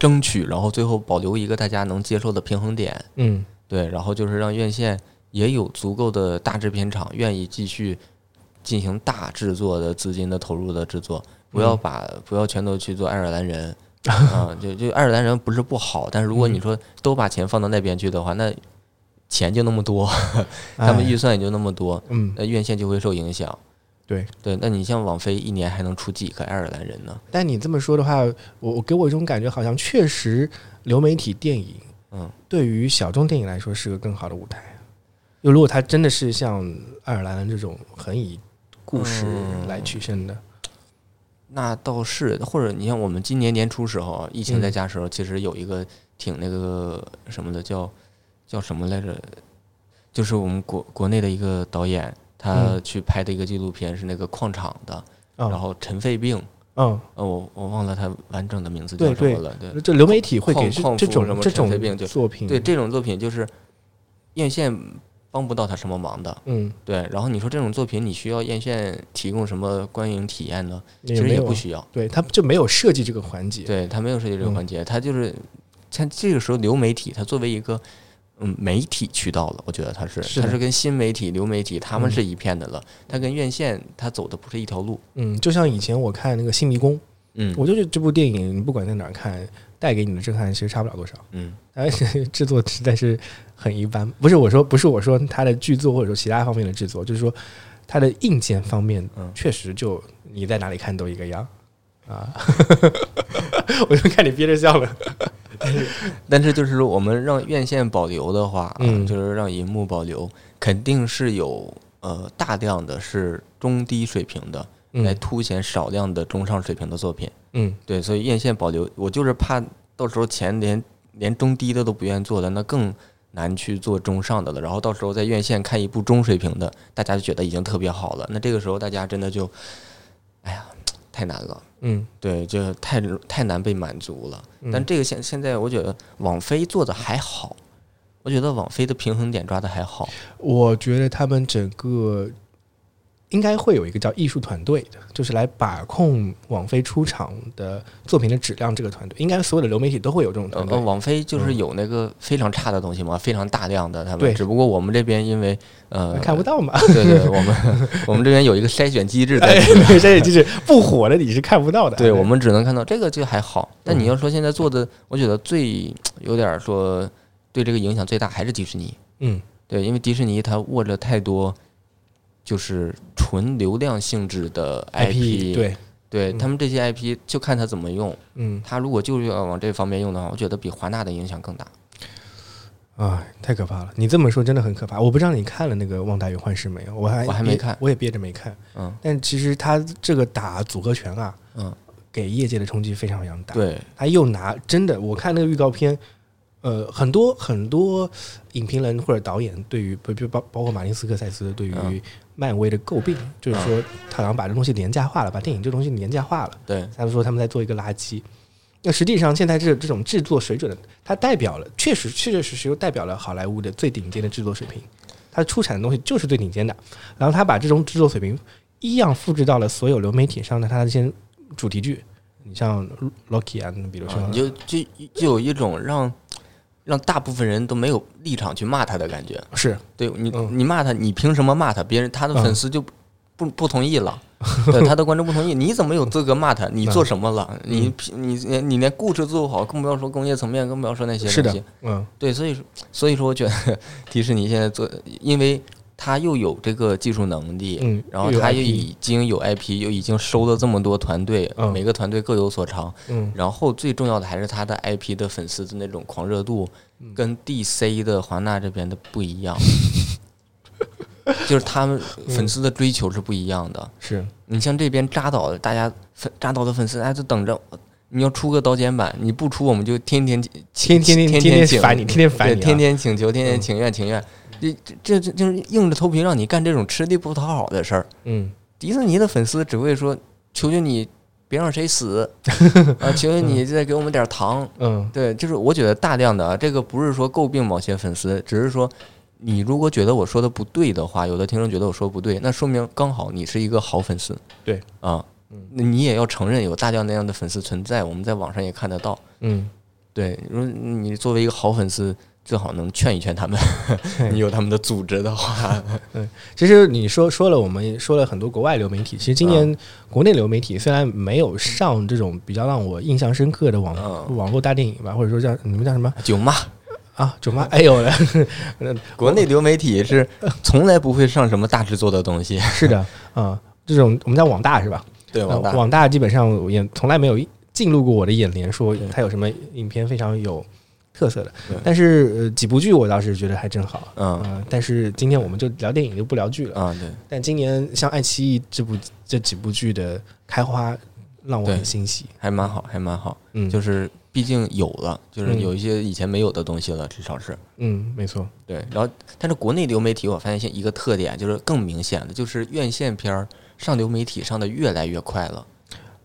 B: 争取，然后最后保留一个大家能接受的平衡点。
A: 嗯
B: 对，然后就是让院线也有足够的大制片厂愿意继续进行大制作的资金的投入的制作，不要
A: 嗯
B: 把、不要全都去做爱尔兰人。啊、就就爱尔兰人不是不好，但是如果
A: 嗯
B: 你说都把钱放到那边去的话，那钱就那么多，他们
A: 哎
B: 预算也就那么多，
A: 嗯
B: 那院线就会受影响。
A: 对，
B: 对，那你像网飞一年还能出几个爱尔兰人呢？
A: 但你这么说的话，我我给我一种感觉，好像确实流媒体电影，
B: 嗯，
A: 对于小众电影来说是个更好的舞台。就如果它真的是像爱尔兰的这种很以故事
B: 嗯
A: 来取胜的，
B: 那倒是，或者你像我们今年年初时候啊，疫情
A: 嗯
B: 在家时候，其实有一个挺那个什么的，叫叫什么来着？就是我们国国内的一个导演，他
A: 嗯
B: 去拍的一个纪录片是那个矿场的，
A: 嗯
B: 然后尘肺病，
A: 嗯，
B: 呃，我我忘了他完整的名字
A: 对
B: 叫什么
A: 对
B: 了。对
A: 这流媒体会给
B: 矿
A: 这
B: 矿夫
A: 这
B: 什
A: 种
B: 么
A: 这
B: 尘肺病
A: 种
B: 就
A: 作品，
B: 对，这种作品就是院线帮不到他什么忙的。
A: 嗯，
B: 对，然后你说这种作品，你需要院线提供什么观影体验呢？
A: 也
B: 其实
A: 没
B: 也
A: 有啊
B: 不需要。
A: 对，它就没有设计这个环节，
B: 对他没有涉及这个
A: 嗯
B: 环节，他就是像这个时候流媒体，它作为一个嗯媒体渠道了，我觉得它是，
A: 是
B: 它
A: 的
B: 是跟新媒体、流媒体他们
A: 嗯
B: 是一片的了，它跟院线它走的不是一条路。
A: 嗯，就像以前我看那个《新迷宫》，
B: 嗯
A: 我就觉得这部电影你不管在哪儿看，带给你的震撼其实差不了多少。
B: 嗯
A: 而且制作实在是很一般。不是我说，不是我说它的剧作或者说其他方面的制作，就是说它的硬件方面
B: 嗯，
A: 确实就你在哪里看都一个样啊。 我就看你憋着笑了。
B: 但是就是我们让院线保留的话，啊
A: 嗯
B: 就是让银幕保留，肯定是有呃大量的是中低水平的，来
A: 嗯
B: 凸显少量的中上水平的作品。
A: 嗯
B: 对，所以院线保留，我就是怕到时候钱连连中低的都不愿意做了，那更难去做中上的了。然后到时候在院线看一部中水平的，大家就觉得已经特别好了。那这个时候大家真的就，哎呀，太难了。
A: 嗯
B: 对，这太太难被满足了。
A: 嗯
B: 但这个现现在，我觉得网飞做的还好，我觉得网飞的平衡点抓的还好。
A: 我觉得他们整个应该会有一个叫艺术团队的，就是来把控网飞出场的作品的质量。这个团队应该所有的流媒体都会有这种
B: 呃
A: 团，队
B: 呃。网飞就是有那个非常差的东西嘛，非常大量的他
A: 嗯对
B: 们。只不过我们这边因为呃
A: 看不到嘛？
B: 对对，我们我们这边有一个筛选机制在
A: 哎
B: 里面，，
A: 这也就是不火的你是看不到的。
B: 对我们只能看到这个就还好。但你要说现在做的，我觉得最有点儿说对这个影响最大还是迪士尼，
A: 嗯
B: 对，因为迪士尼它握着太多就是纯流量性质的
A: IP 对
B: 对
A: 嗯
B: 他们这些 IP 就看他怎么用，
A: 嗯
B: 他如果就是要往这方面用的话，我觉得比华纳的影响更大。
A: 啊，太可怕了！你这么说真的很可怕。我不知道你看了那个《旺达与幻视》没有？我还
B: 我还
A: 憋
B: 没看
A: 我也憋着没看。
B: 嗯
A: 但其实他这个打组合拳啊，
B: 嗯，
A: 给业界的冲击非常非常大。，
B: 对，
A: 他又拿真的，我看那个预告片，呃，很多很多影评人或者导演对于，不不包包括马丁斯科塞斯对于
B: 嗯
A: 漫威的诟病，就是说他好像把这东西廉价化了，把电影这东西廉价化了。
B: 对，
A: 他们说他们在做一个垃圾。那实际上，现在这这种制作水准的，它代表了，确实确确实实又代表了好莱坞的最顶尖的制作水平。它出产的东西就是最顶尖的，然后他把这种制作水平一样复制到了所有流媒体上的它的这些主题剧，你像 Loki 啊，比如说，
B: 啊你就就就有一种让让大部分人都没有立场去骂他的感觉。
A: 是
B: 对你，
A: 嗯
B: 你骂他，你凭什么骂他？别人他的
A: 嗯
B: 粉丝就不不同意了，对他的观众不同意，你怎么有资格骂他？你
A: 嗯
B: 做什么了？你你你你连故事做不好，更不要说工业层面，更不要说那些
A: 是
B: 东
A: 的
B: 西。，
A: 嗯
B: 对，所以说所以说，我觉得迪士尼现在做，因为他又有这个技术能力，
A: 嗯，
B: 然后
A: 又有
B: 他又
A: IP
B: 已经有 IP，又已经收了这么多团队，
A: 嗯
B: 每个团队各有所长。
A: 嗯
B: 然后最重要的还是他的 IP 的粉丝的那种狂热度，
A: 嗯
B: 跟 DC 的华纳这边的不一样， 就是他们
A: 嗯
B: 粉丝的追求是不一样的。
A: 是
B: 你像这边扎导，大家粉扎导的粉丝，哎，就等着你要出个导剪版，你不出我们就天天
A: 天天
B: 天
A: 天
B: 请
A: 天烦你，天天
B: 对
A: 烦你啊，
B: 天天请求，天天
A: 嗯
B: 请愿，请愿。这这这就是硬着头皮让你干这种吃力不讨好的事儿。
A: 嗯
B: 迪士尼的粉丝只会说：“求求你，别让谁 死啊！求求你，再给我们点儿糖。
A: 嗯”
B: 对，就是我觉得大量的啊，这个不是说诟病某些粉丝，只是说你如果觉得我说的不对的话，有的听众觉得我说得不对，那说明刚好你是一个好粉丝。
A: 对
B: 啊，那你也要承认有大量那样的粉丝存在，我们在网上也看得到。
A: 嗯，
B: 对，如果你作为一个好粉丝，最好能劝一劝他们。 你有他们的组织的 话，
A: 其实你说说了，我们也说了很多国外流媒体。其实今年国内流媒体虽然没有上这种比较让我印象深刻的网、
B: 嗯
A: 网络大电影吧，或者说叫你们叫什么
B: 囧妈，
A: 啊？囧妈？哎呦，
B: 国内流媒体 是从来不会上什么大制作的东西。
A: 是 的，啊、这种我们叫网大是吧？
B: 对，
A: 呃
B: 王大，
A: 网大基本上也从来没有进入过我的眼帘，说它有什么影片非常有特色的
B: 对。
A: 但是、呃、几部剧我倒是觉得还真好。
B: 嗯
A: 呃但是今天我们就聊电影，就不聊剧了。
B: 啊，对，
A: 但今年像爱奇艺这部这几部剧的开花，让我
B: 对
A: 很欣喜。
B: 还蛮好，还蛮好。
A: 嗯，
B: 就是是毕竟有了，就是
A: 嗯
B: 有一些以前没有的东西了，至少是。
A: 嗯，没错，
B: 对，然后但是国内流媒体，我发现现一个特点就是更明显的，就是院线片儿上流媒体上的越来越快了，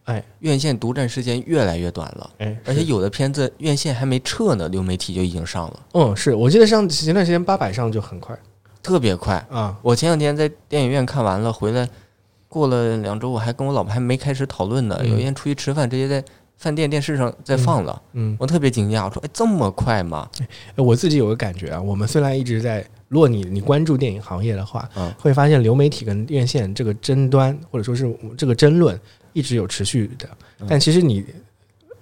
A: 哎
B: 院线独占时间越来越短了，
A: 哎，
B: 而且有的片子院线还没撤呢，流媒体就已经上了，
A: 嗯，是我记得上前段时间八百上就很快
B: 特别快。
A: 啊，
B: 我前两天在电影院看完了，回来过了两周，我还跟我老婆还没开始讨论呢。
A: 嗯
B: 有一天出去吃饭，直接在饭店电视上在放了，
A: 嗯，
B: 我特别惊讶，我说：“哎，这么快吗
A: 哎我自己有个感觉啊，我们虽然一直在，如果你你关注电影行业的话，
B: 嗯
A: 会发现流媒体跟院线这个争端或者说是这个争论一直有持续的，
B: 嗯
A: 但其实你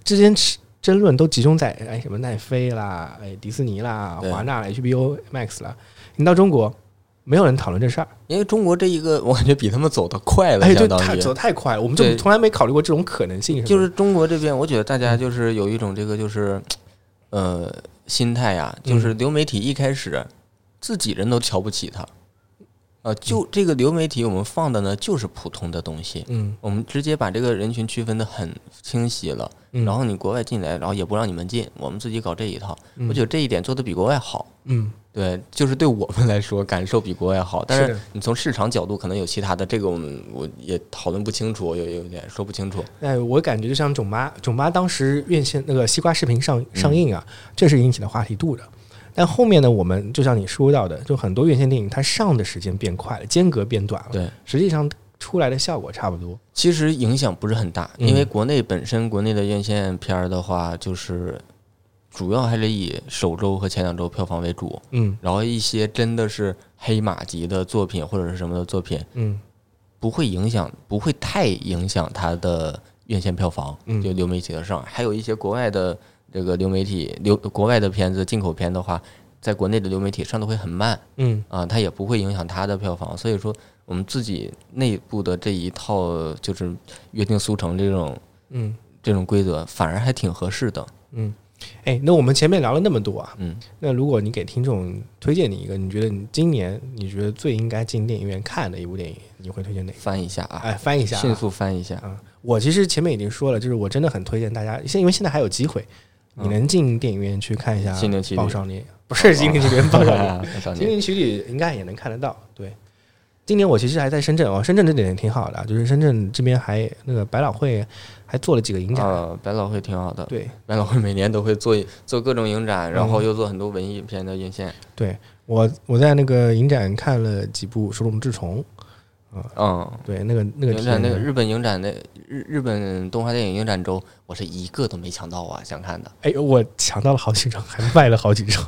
A: 之间持争论都集中在哎什么奈飞啦，哎迪士尼啦，
B: 对
A: 华纳啦，HBO Max 啦，你到中国没有人讨论这事儿。？”
B: 因为中国这一个，我感觉比他们走得快了，
A: 哎，对，
B: 相当
A: 太
B: 于
A: 走得太快了，我们就
B: 对
A: 从来没考虑过这种可能性什么的。
B: 就是中国这边，我觉得大家就是有一种这个就是，呃，心态啊，
A: 嗯
B: 就是流媒体一开始自己人都瞧不起它，呃，就这个流媒体我们放的呢就是普通的东西，
A: 嗯，
B: 我们直接把这个人群区分的很清晰了。
A: 嗯，
B: 然后你国外进来，然后也不让你们进，我们自己搞这一套。我
A: 得
B: 觉得这一点做的比国外好，
A: 嗯
B: 对，就是对我们来说感受比国外好。但
A: 是
B: 是
A: 的
B: 你从市场角度可能有其他的，这个我们我也讨论不清楚，有有点说不清楚。
A: 哎，我感觉就像囧妈，囧妈当时院线那个西瓜视频上
B: 嗯
A: 上映啊，这是引起了话题度的。但后面呢，我们就像你说到的，就很多院线电影它上的时间变快了，间隔变短了，
B: 对，
A: 实际上出来的效果差不多。
B: 其实影响不是很大，因为
A: 嗯
B: 国内本身国内的院线片儿的话，就是主要还是以首周和前两周票房为主，
A: 嗯
B: 然后一些真的是黑马级的作品或者是什么的作品，
A: 嗯
B: 不会影响，不会太影响它的院线票房，
A: 嗯
B: 就流媒体的上。还有一些国外的这个流媒体流国外的片子进口片的话，在国内的流媒体上的会很慢
A: 嗯
B: 啊，它也不会影响它的票房。所以说，我们自己内部的这一套就是约定俗成这种
A: 嗯
B: 这种规则，反而还挺合适的。
A: 嗯，哎，那我们前面聊了那么多啊，
B: 嗯，
A: 那如果你给听众推荐你一个，你觉得你今年你觉得最应该进电影院看的一部电影，你会推荐哪个？
B: 翻一下啊，
A: 哎，翻一下、啊，
B: 迅速翻 一下。
A: 啊！我其实前面已经说了，就是我真的很推荐大家，现因为现在还有机会，
B: 嗯
A: 你能进电影院去看一下《
B: 心灵奇旅
A: 爆少年》，不是《心灵奇旅》，《爆少 年》
B: 啊少
A: 《心
B: 年，
A: 灵奇旅》应该也能看得到。对，今年我其实还在深圳哦，深圳这点挺好的，就是深圳这边还那个百老汇还做了几个影展。
B: 啊，百老汇挺好的。
A: 对，嗯
B: 百老汇每年都会做做各种影展，然后又做很多文艺片的院线。
A: 对我我在那个影展看了几部《手冢治虫》，
B: 嗯，
A: 对，那个那个
B: 影展
A: 体
B: 那
A: 验
B: 个日本影展那日日本动画电影影展周，我是一个都没抢到啊，想看的，
A: 哎，我抢到了好几张，还卖了好几张，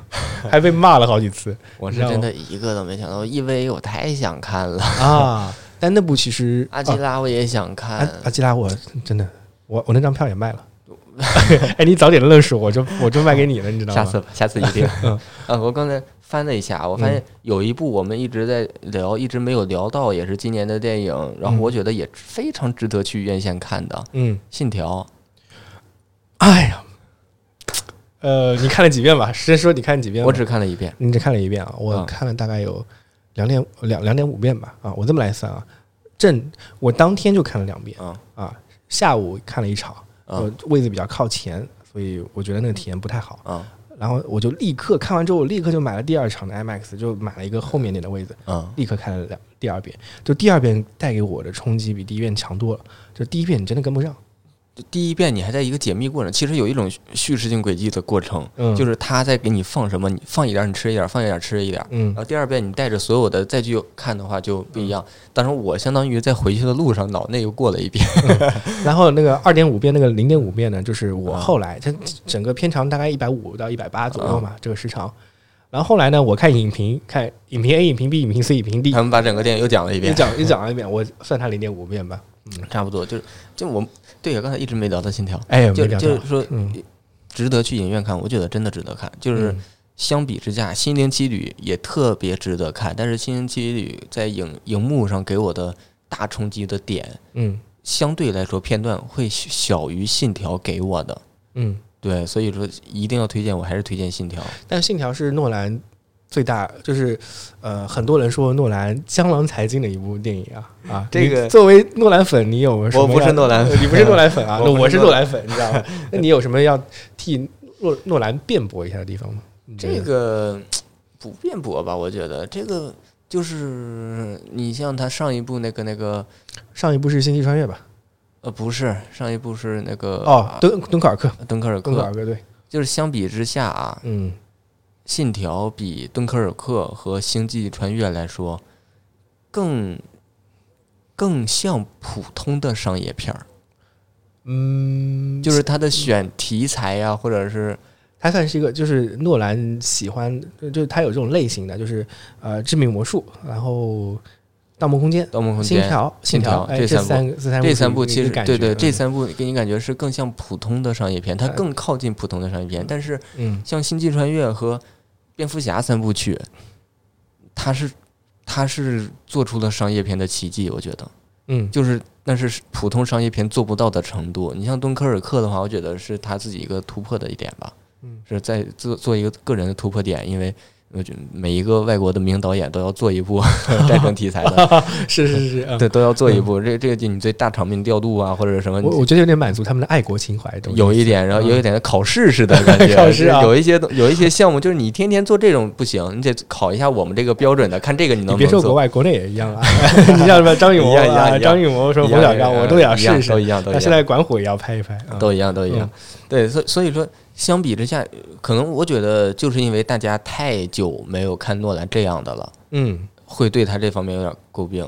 A: 还被骂了好几次
B: 我
A: 你
B: 是
A: 知道
B: 真的一个都没抢到。EVA 我太想看了，
A: 啊！ 但那部其实
B: 阿基
A: 啊
B: 拉我也想看
A: 阿，阿基拉，我真的，我我那张票也 卖了。哎，你早点认识我，就我就卖给你了，嗯你知道吗？
B: 下次吧，下次一定。 呃，我刚才翻了一下，我发
A: 嗯
B: 现有一部我们一直在聊，一直没有聊到，也是今年的电影，然后我觉得也非常值得去院线看的，《
A: 嗯，
B: 信条
A: 哎呀，呃，你看了几遍吧？先说你看几》，遍吧，
B: 我只看了一遍。
A: 你只看了一遍啊，我
B: 嗯
A: 看了大概有两点两两点五遍吧啊，我这么来算啊，正我当天就看了两遍
B: 嗯
A: 啊，下午看了一场，我
B: 嗯
A: 位置比较靠前，所以我觉得那个体验不太好。
B: 嗯
A: 然后我就立刻看完之后，我立刻就买了第二场的 IMAX，就买了一个后面点的位置，
B: 嗯
A: 立刻看了两第二遍。就第二遍带给我的冲击比第一遍强多了，就第一遍你真的跟不上。
B: 第一遍你还在一个解密过程，其实有一种叙叙事性轨迹的过程，
A: 嗯
B: 就是他在给你放什么，你放一点儿你吃一点儿，放一点儿吃一点儿。
A: 嗯嗯
B: 然后第二遍你带着所有的再去看的话就不一样。当然，我相当于在回去的路上脑内又过了一 遍。
A: 然后那个二点五遍那个零点五遍呢，就是我
B: 啊
A: 后来它整个片长大概一百五到一百八左右嘛，这个时长。然后后来呢，我看影评，看影评 A、影评 B、影评 C、影评 D，
B: 他们把整个电影又讲了一
A: 又
B: 遍，
A: 讲又 讲了一遍，我算它零点五遍吧。
B: 差不多就是就我对刚才一直没聊到心跳，
A: 哎，没
B: 就
A: 聊
B: 就
A: 到
B: 是，说
A: 嗯，
B: 值得去影院看，我觉得真的值得看。就是
A: 嗯
B: 相比之下，《心灵奇旅》也特别值得看，但是《心灵奇旅》在影荧幕上给我的大冲击的点，
A: 嗯
B: 相对来说片段会小于《信条》给我的。
A: 嗯，
B: 对，所以说一定要推荐，我还是推荐《信条》。
A: 但《信条》是诺兰最大，就是呃，很多人说诺兰江郎才尽的一部电影啊啊！
B: 这个
A: 你作为诺兰粉，你有什么
B: 我不
A: 要
B: 是诺兰粉
A: 呃你不是诺兰粉啊，
B: 我
A: 那
B: 不是
A: 我是
B: 诺
A: 诺兰粉，你知道吗？ 那你有什么要替诺诺兰辩驳一下的地方吗？你觉得
B: 这个不辩驳吧，我觉得这个就是你像他上一部那个那个
A: 上一部是《星际穿越》吧？
B: 呃，不是上一部是那个
A: 哦，敦敦刻尔克，
B: 呃啊敦刻尔
A: 敦刻
B: 克
A: 尔，克对，
B: 就是相比之下啊，
A: 嗯
B: 《信条》比《敦刻尔克》和《星际穿越》来说，更更像普通的商业片儿，
A: 嗯，
B: 就是它的选题材呀、或者是
A: 它算是一个，就是诺兰喜欢，就就是他有这种类型的，就是呃，《致命魔术》，然后《盗梦空间》
B: 《盗梦空
A: 信
B: 间》
A: 条、
B: 信
A: 条，
B: 条
A: 哎，
B: 这
A: 这
B: 三部
A: 个这三
B: 这
A: 是
B: 三部
A: 一个
B: 其实
A: 感
B: 对
A: 觉
B: 对，这
A: 嗯
B: 三部给你感觉是更像普通的商业片，它更靠近普通的商业片。但是
A: 嗯
B: 像《星际穿越》和《蝙蝠侠》三部曲，它是它是做出了商业片的奇迹，我觉得。
A: 嗯
B: 就是那是普通商业片做不到的程度。你像敦刻尔克的话，我觉得是他自己一个突破的一点吧，
A: 嗯
B: 是在做做一个个人的突破点，因为我觉得每一个外国的名导演都要做 一部战争题材的，
A: 是是是，嗯
B: 对，都要做一部。这这个就你对大场面调度啊，或者是什么。
A: 我我觉得有点满足他们的爱国情怀，懂吗
B: 有一点，然后有一点考试似的感觉，
A: 考试啊
B: 就是有一些有一些项目，就是你天天做这种不行，你得考一下我们这个标准的，看这个你
A: 你
B: 能不
A: 别
B: 能
A: 说国
B: 做。
A: 外，国内也一样 啊。 你像什么张艺谋
B: 一样一样
A: 啊，
B: 一样
A: 张艺谋说
B: 一
A: 冯
B: 样
A: 小
B: 一
A: 刚，
B: 样
A: 我都想
B: 一样
A: 试
B: 都
A: 试。
B: 一 样，
A: 那
B: 都一样
A: 现。在管虎也要拍一拍啊。
B: 都一样，都一样
A: 嗯。
B: 对，所所以说，相比之下，呃可能我觉得就是因为大家太久没有看诺兰这样的了，
A: 嗯
B: 会对他这方面有点诟病。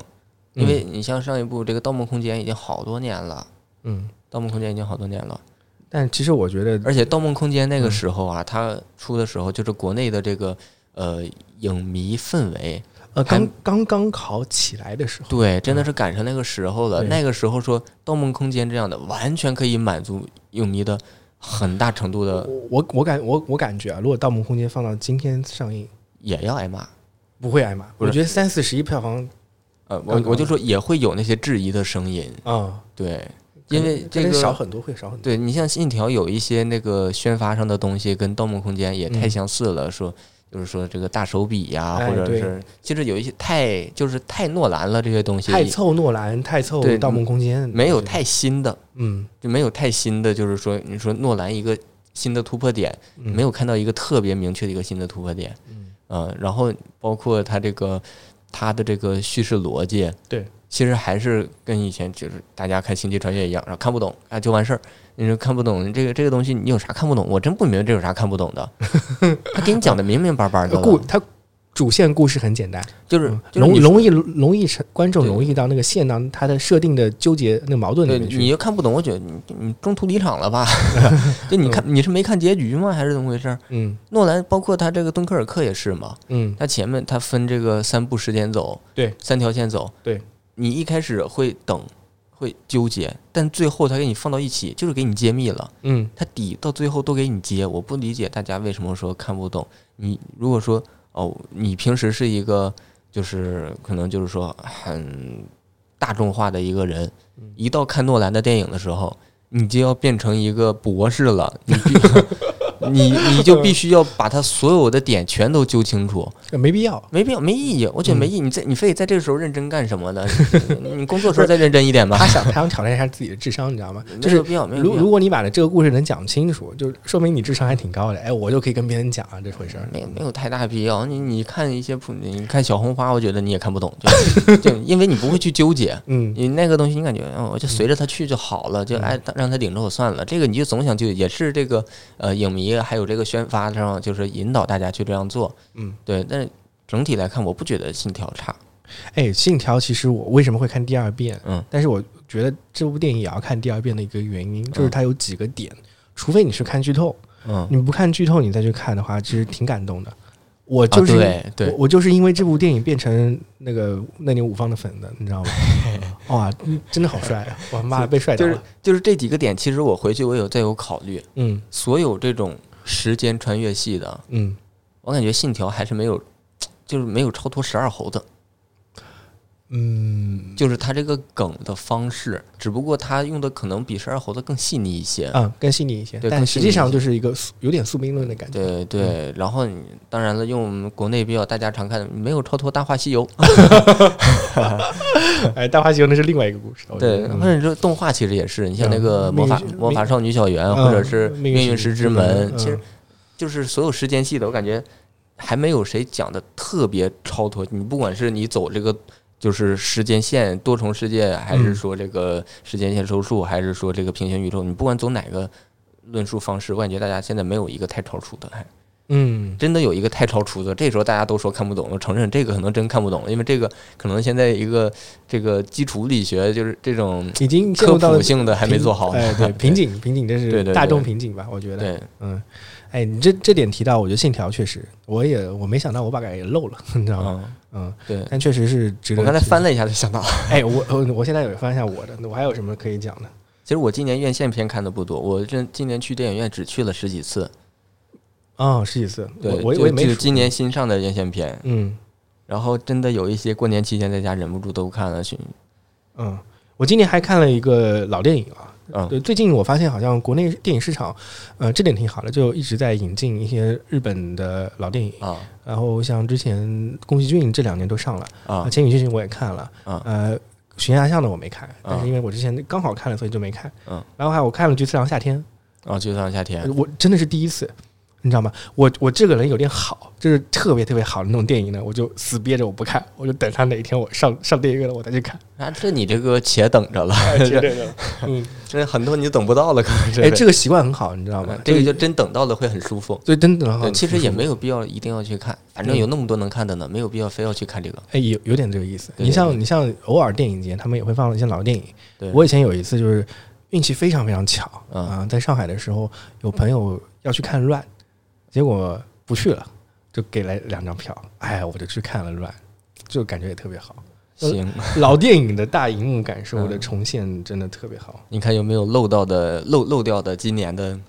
A: 嗯
B: 因为你像上一部这个《盗梦空间》已经好多年了，
A: 嗯，
B: 《盗梦空间》已经好多年了，
A: 但其实我觉得，
B: 而且《盗梦空间》
A: 嗯
B: 那个时候啊，它出的时候就是国内的这个呃影迷氛围，
A: 呃，
B: 还
A: 刚刚刚考起来的时候，
B: 对，真的是赶上那个时候了。
A: 哦嗯对
B: 那个时候说《盗梦空间》这样的，完全可以满足影迷的很大程度的，
A: 我我我感我我感觉啊，如果《盗梦空间》放到今天上映，
B: 也要挨骂。
A: 不会挨骂。我
B: 不是
A: 觉得三四十亿票房
B: 呃，我我就说也会有那些质疑的声音，
A: 啊，
B: 对，因为
A: 可
B: 这
A: 能
B: 个
A: 少很多，会少很多。
B: 对你像信条有一些那个宣发上的东西跟《盗梦空间》也太
A: 嗯
B: 相似了，说就是说这个大手笔呀、
A: 哎
B: 或者
A: 对
B: 是其实有一些太就是太诺兰了这些东西，
A: 太凑诺兰，太凑
B: 对
A: 《盗梦空间》，
B: 没有太新的，
A: 嗯，
B: 就没有太新的，就是说你说诺兰一个新的突破点，
A: 嗯
B: 没有看到一个特别明确的一个新的突破点，
A: 嗯
B: 嗯，然后包括他这个他的这个叙事逻辑，
A: 对，
B: 其实还是跟以前就是大家看《星际穿越》一样，然后看不懂啊就完事儿。你说看不懂这个这个东西，你有啥看不懂？我真不明白这有啥看不懂 的。他给你讲的明明白白的
A: 故
B: 了，
A: 它主线故事很简单，
B: 就是
A: 嗯
B: 就是
A: 容
B: 你
A: 容易容易成观众
B: 对
A: 容易到那个线当它的设定的纠结那个矛盾里
B: 对，
A: 面
B: 你
A: 去。
B: 又看不懂，我觉得你你中途离场了 吧？就你看你是没看结局吗？还是怎么回事儿？
A: 嗯
B: 诺兰包括他这个《敦刻尔克》也是嘛，
A: 嗯，
B: 他前面他分这个三步时间走，
A: 对，
B: 三条线走，
A: 对，
B: 你一开始会等，会纠结，但最后他给你放到一起，就是给你揭秘了，
A: 嗯
B: 他底到最后都给你揭，我不理解大家为什么说看不懂。你如果说哦，你平时是一个就是可能就是说很大众化的一个人，一到看诺兰的电影的时候，你就要变成一个博士了，你必你你就必须要把他所有的点全都揪清楚，
A: 呃没必 要。
B: 没必要，没意义。我觉得
A: 嗯
B: 没意义。你在你非得在这个时候认真干什么呢？你工作的时候再认真一点吧
A: 他。想，他想挑战一下自己的智商，你知道吗？就
B: 没
A: 是
B: 有必要，没有必
A: 如
B: 要
A: 如果你把这个故事能讲清楚，就说明你智商还挺高的。哎，我就可以跟别人讲啊这回事儿。
B: 没有没有太大必要。你你看一些普，你看小红花，我觉得你也看不懂，就 就因为你不会去纠结。
A: 嗯，
B: 你那个东西，你感觉，嗯，我就随着他去就好了，就哎，让他领着我算了。这个你就总想就也是这个呃，影迷还有这个宣发上，就是引导大家去这样做。
A: 嗯，
B: 对。但是整体来看，我不觉得信条差。
A: 哎，《信条》其实我为什么会看第二遍？
B: 嗯，
A: 但是我觉得这部电影也要看第二遍的一个原因，就是它有几个点，除非你是看剧透，
B: 嗯，
A: 你不看剧透你再去看的话，其实挺感动的。我就是、
B: 啊、对
A: 我
B: 对，
A: 我就是因为这部电影变成那个那年五方的粉的，你知 道吗？哇，真的好帅啊！我妈被帅到
B: 就是
A: 了。
B: 就是这几个点，其实我回去我有再有考虑，
A: 嗯
B: 所有这种时间穿越系的，
A: 嗯，
B: 我感觉信条还是没有，就是没有超脱十二猴的。嗯，就是他这个梗的方式，只不过他用的可能比十二猴子更细腻一些。
A: 嗯，更细腻一些，
B: 对
A: 但
B: 更
A: 实
B: 细腻
A: 际
B: 一
A: 上
B: 些
A: 就是一个宿有点宿命论的感觉。
B: 对对，然后你当然了，用我们国内比较大家常看的，没有超脱《大话西游》
A: 哎，《大话西游》那是另外一个故事。我觉
B: 对，
A: 得嗯
B: 或者说动画其实也是，你像那个
A: 嗯
B: 魔法
A: 命运
B: 魔法少女小圆，
A: 嗯
B: 或者是
A: 命运
B: 命运
A: 石
B: 石
A: 之
B: 之
A: 门
B: 门，其实
A: 嗯
B: 就是所有时间系的，我感觉还没有谁讲的特别超脱。你不管是你走这个就是时间线多重世界，还是
A: 嗯
B: 说这个时间线手术，还是说这个平行宇宙，你不管走哪个论述方式，我感觉大家现在没有一个太超出的，还
A: 嗯，
B: 真的有一个太超出的，这时候大家都说看不懂，我承认这个可能真看不懂，因为这个可能现在一个这个基础力学就是这种
A: 已经进
B: 科
A: 入到了
B: 普性的还没做好呢。
A: 哎， 对，瓶颈，瓶颈，这
B: 对对
A: 是
B: 对
A: 大众瓶颈吧？我觉得，
B: 对，
A: 嗯，哎，你这这点提到，我觉得信条确实，我也我没想到我把它给漏了，你知道吗？
B: 嗯，
A: 嗯，
B: 对。
A: 但确实是值得。
B: 我刚才翻，了一下就想到，
A: 哎，我我我现在有翻一下我的，我还有什么可以讲的？
B: 其实我今年院线片看的不多，我这今年去电影院只去了十几次。
A: 哦，十几次，
B: 对，
A: 我我
B: 就
A: 我也没
B: 就
A: 数
B: 今，年新上的院线片，
A: 嗯
B: 然后真的有一些过年期间在家忍不住都看了去。
A: 嗯，我今年还看了一个老电影啊。
B: 嗯，
A: 对，最近我发现好像国内电影市场，呃，这点挺好的，就一直在引进一些日本的老电影，
B: 啊
A: 然后像之前宫崎骏这两年都上了，啊，
B: 啊
A: 《千与千寻》我也看了，
B: 啊
A: 呃，《悬崖上的》我没看，但
B: 啊
A: 是因为我之前刚好看了，所以就没看。
B: 嗯，
A: 然后还有我看了《菊次郎夏天
B: 啊！就上夏天》，
A: 我真的是第一次，你知道吗？我我这个人有点好，就是特别特别好的那种电影呢，我就死憋着我不看，我就等他哪一天我上上电影院了我再去看。
B: 啊，这你这个且等着了，
A: 嗯，
B: 这很多你等不到了，可能是。
A: 哎，这个习惯很好，你知道吗
B: 嗯？这个
A: 就
B: 就真等到了会很舒服。
A: 所以真啊的很好
B: 对，其实也没
A: 有。
B: 有必要一定要去看，反正有那么多能看的呢，没有必要非要去看这个。
A: 哎，有有点这个意思。
B: 对
A: 你
B: 对对
A: 像你像偶尔电影节，他们也会放一些老电影。
B: 对，
A: 我以前有一次就是运气非常非常巧啊、
B: 嗯
A: 在上海的时候有朋友要去看《乱》，结果不去了，就给了两张票，哎，我就去看了《乱》，就感觉也特别好。
B: 行，
A: 老电影的大荧幕感受的
B: 嗯
A: 重现真的特别好。
B: 你看有没有漏到的漏漏掉的今年的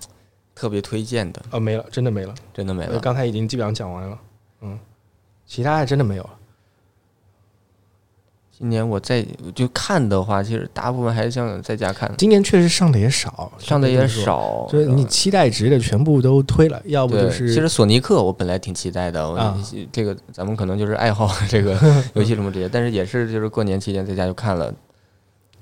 B: 特别推荐的，
A: 哦，没了，真的没了，
B: 真的没
A: 我
B: 了。
A: 呃刚才已经基本上讲完了，嗯，其他还真的没有了。
B: 今年我在就看的话，其实大部分还是想在家看，
A: 今年确实上的也少，
B: 上的也。少。嗯
A: 所以你期待值的全部都推了，要不
B: 对，
A: 就是
B: 其实索尼克我本来挺期待的，我
A: 啊
B: 这个咱们可能就是爱好啊 这个游戏什么这些，但是也是就是过年期间在家就看了，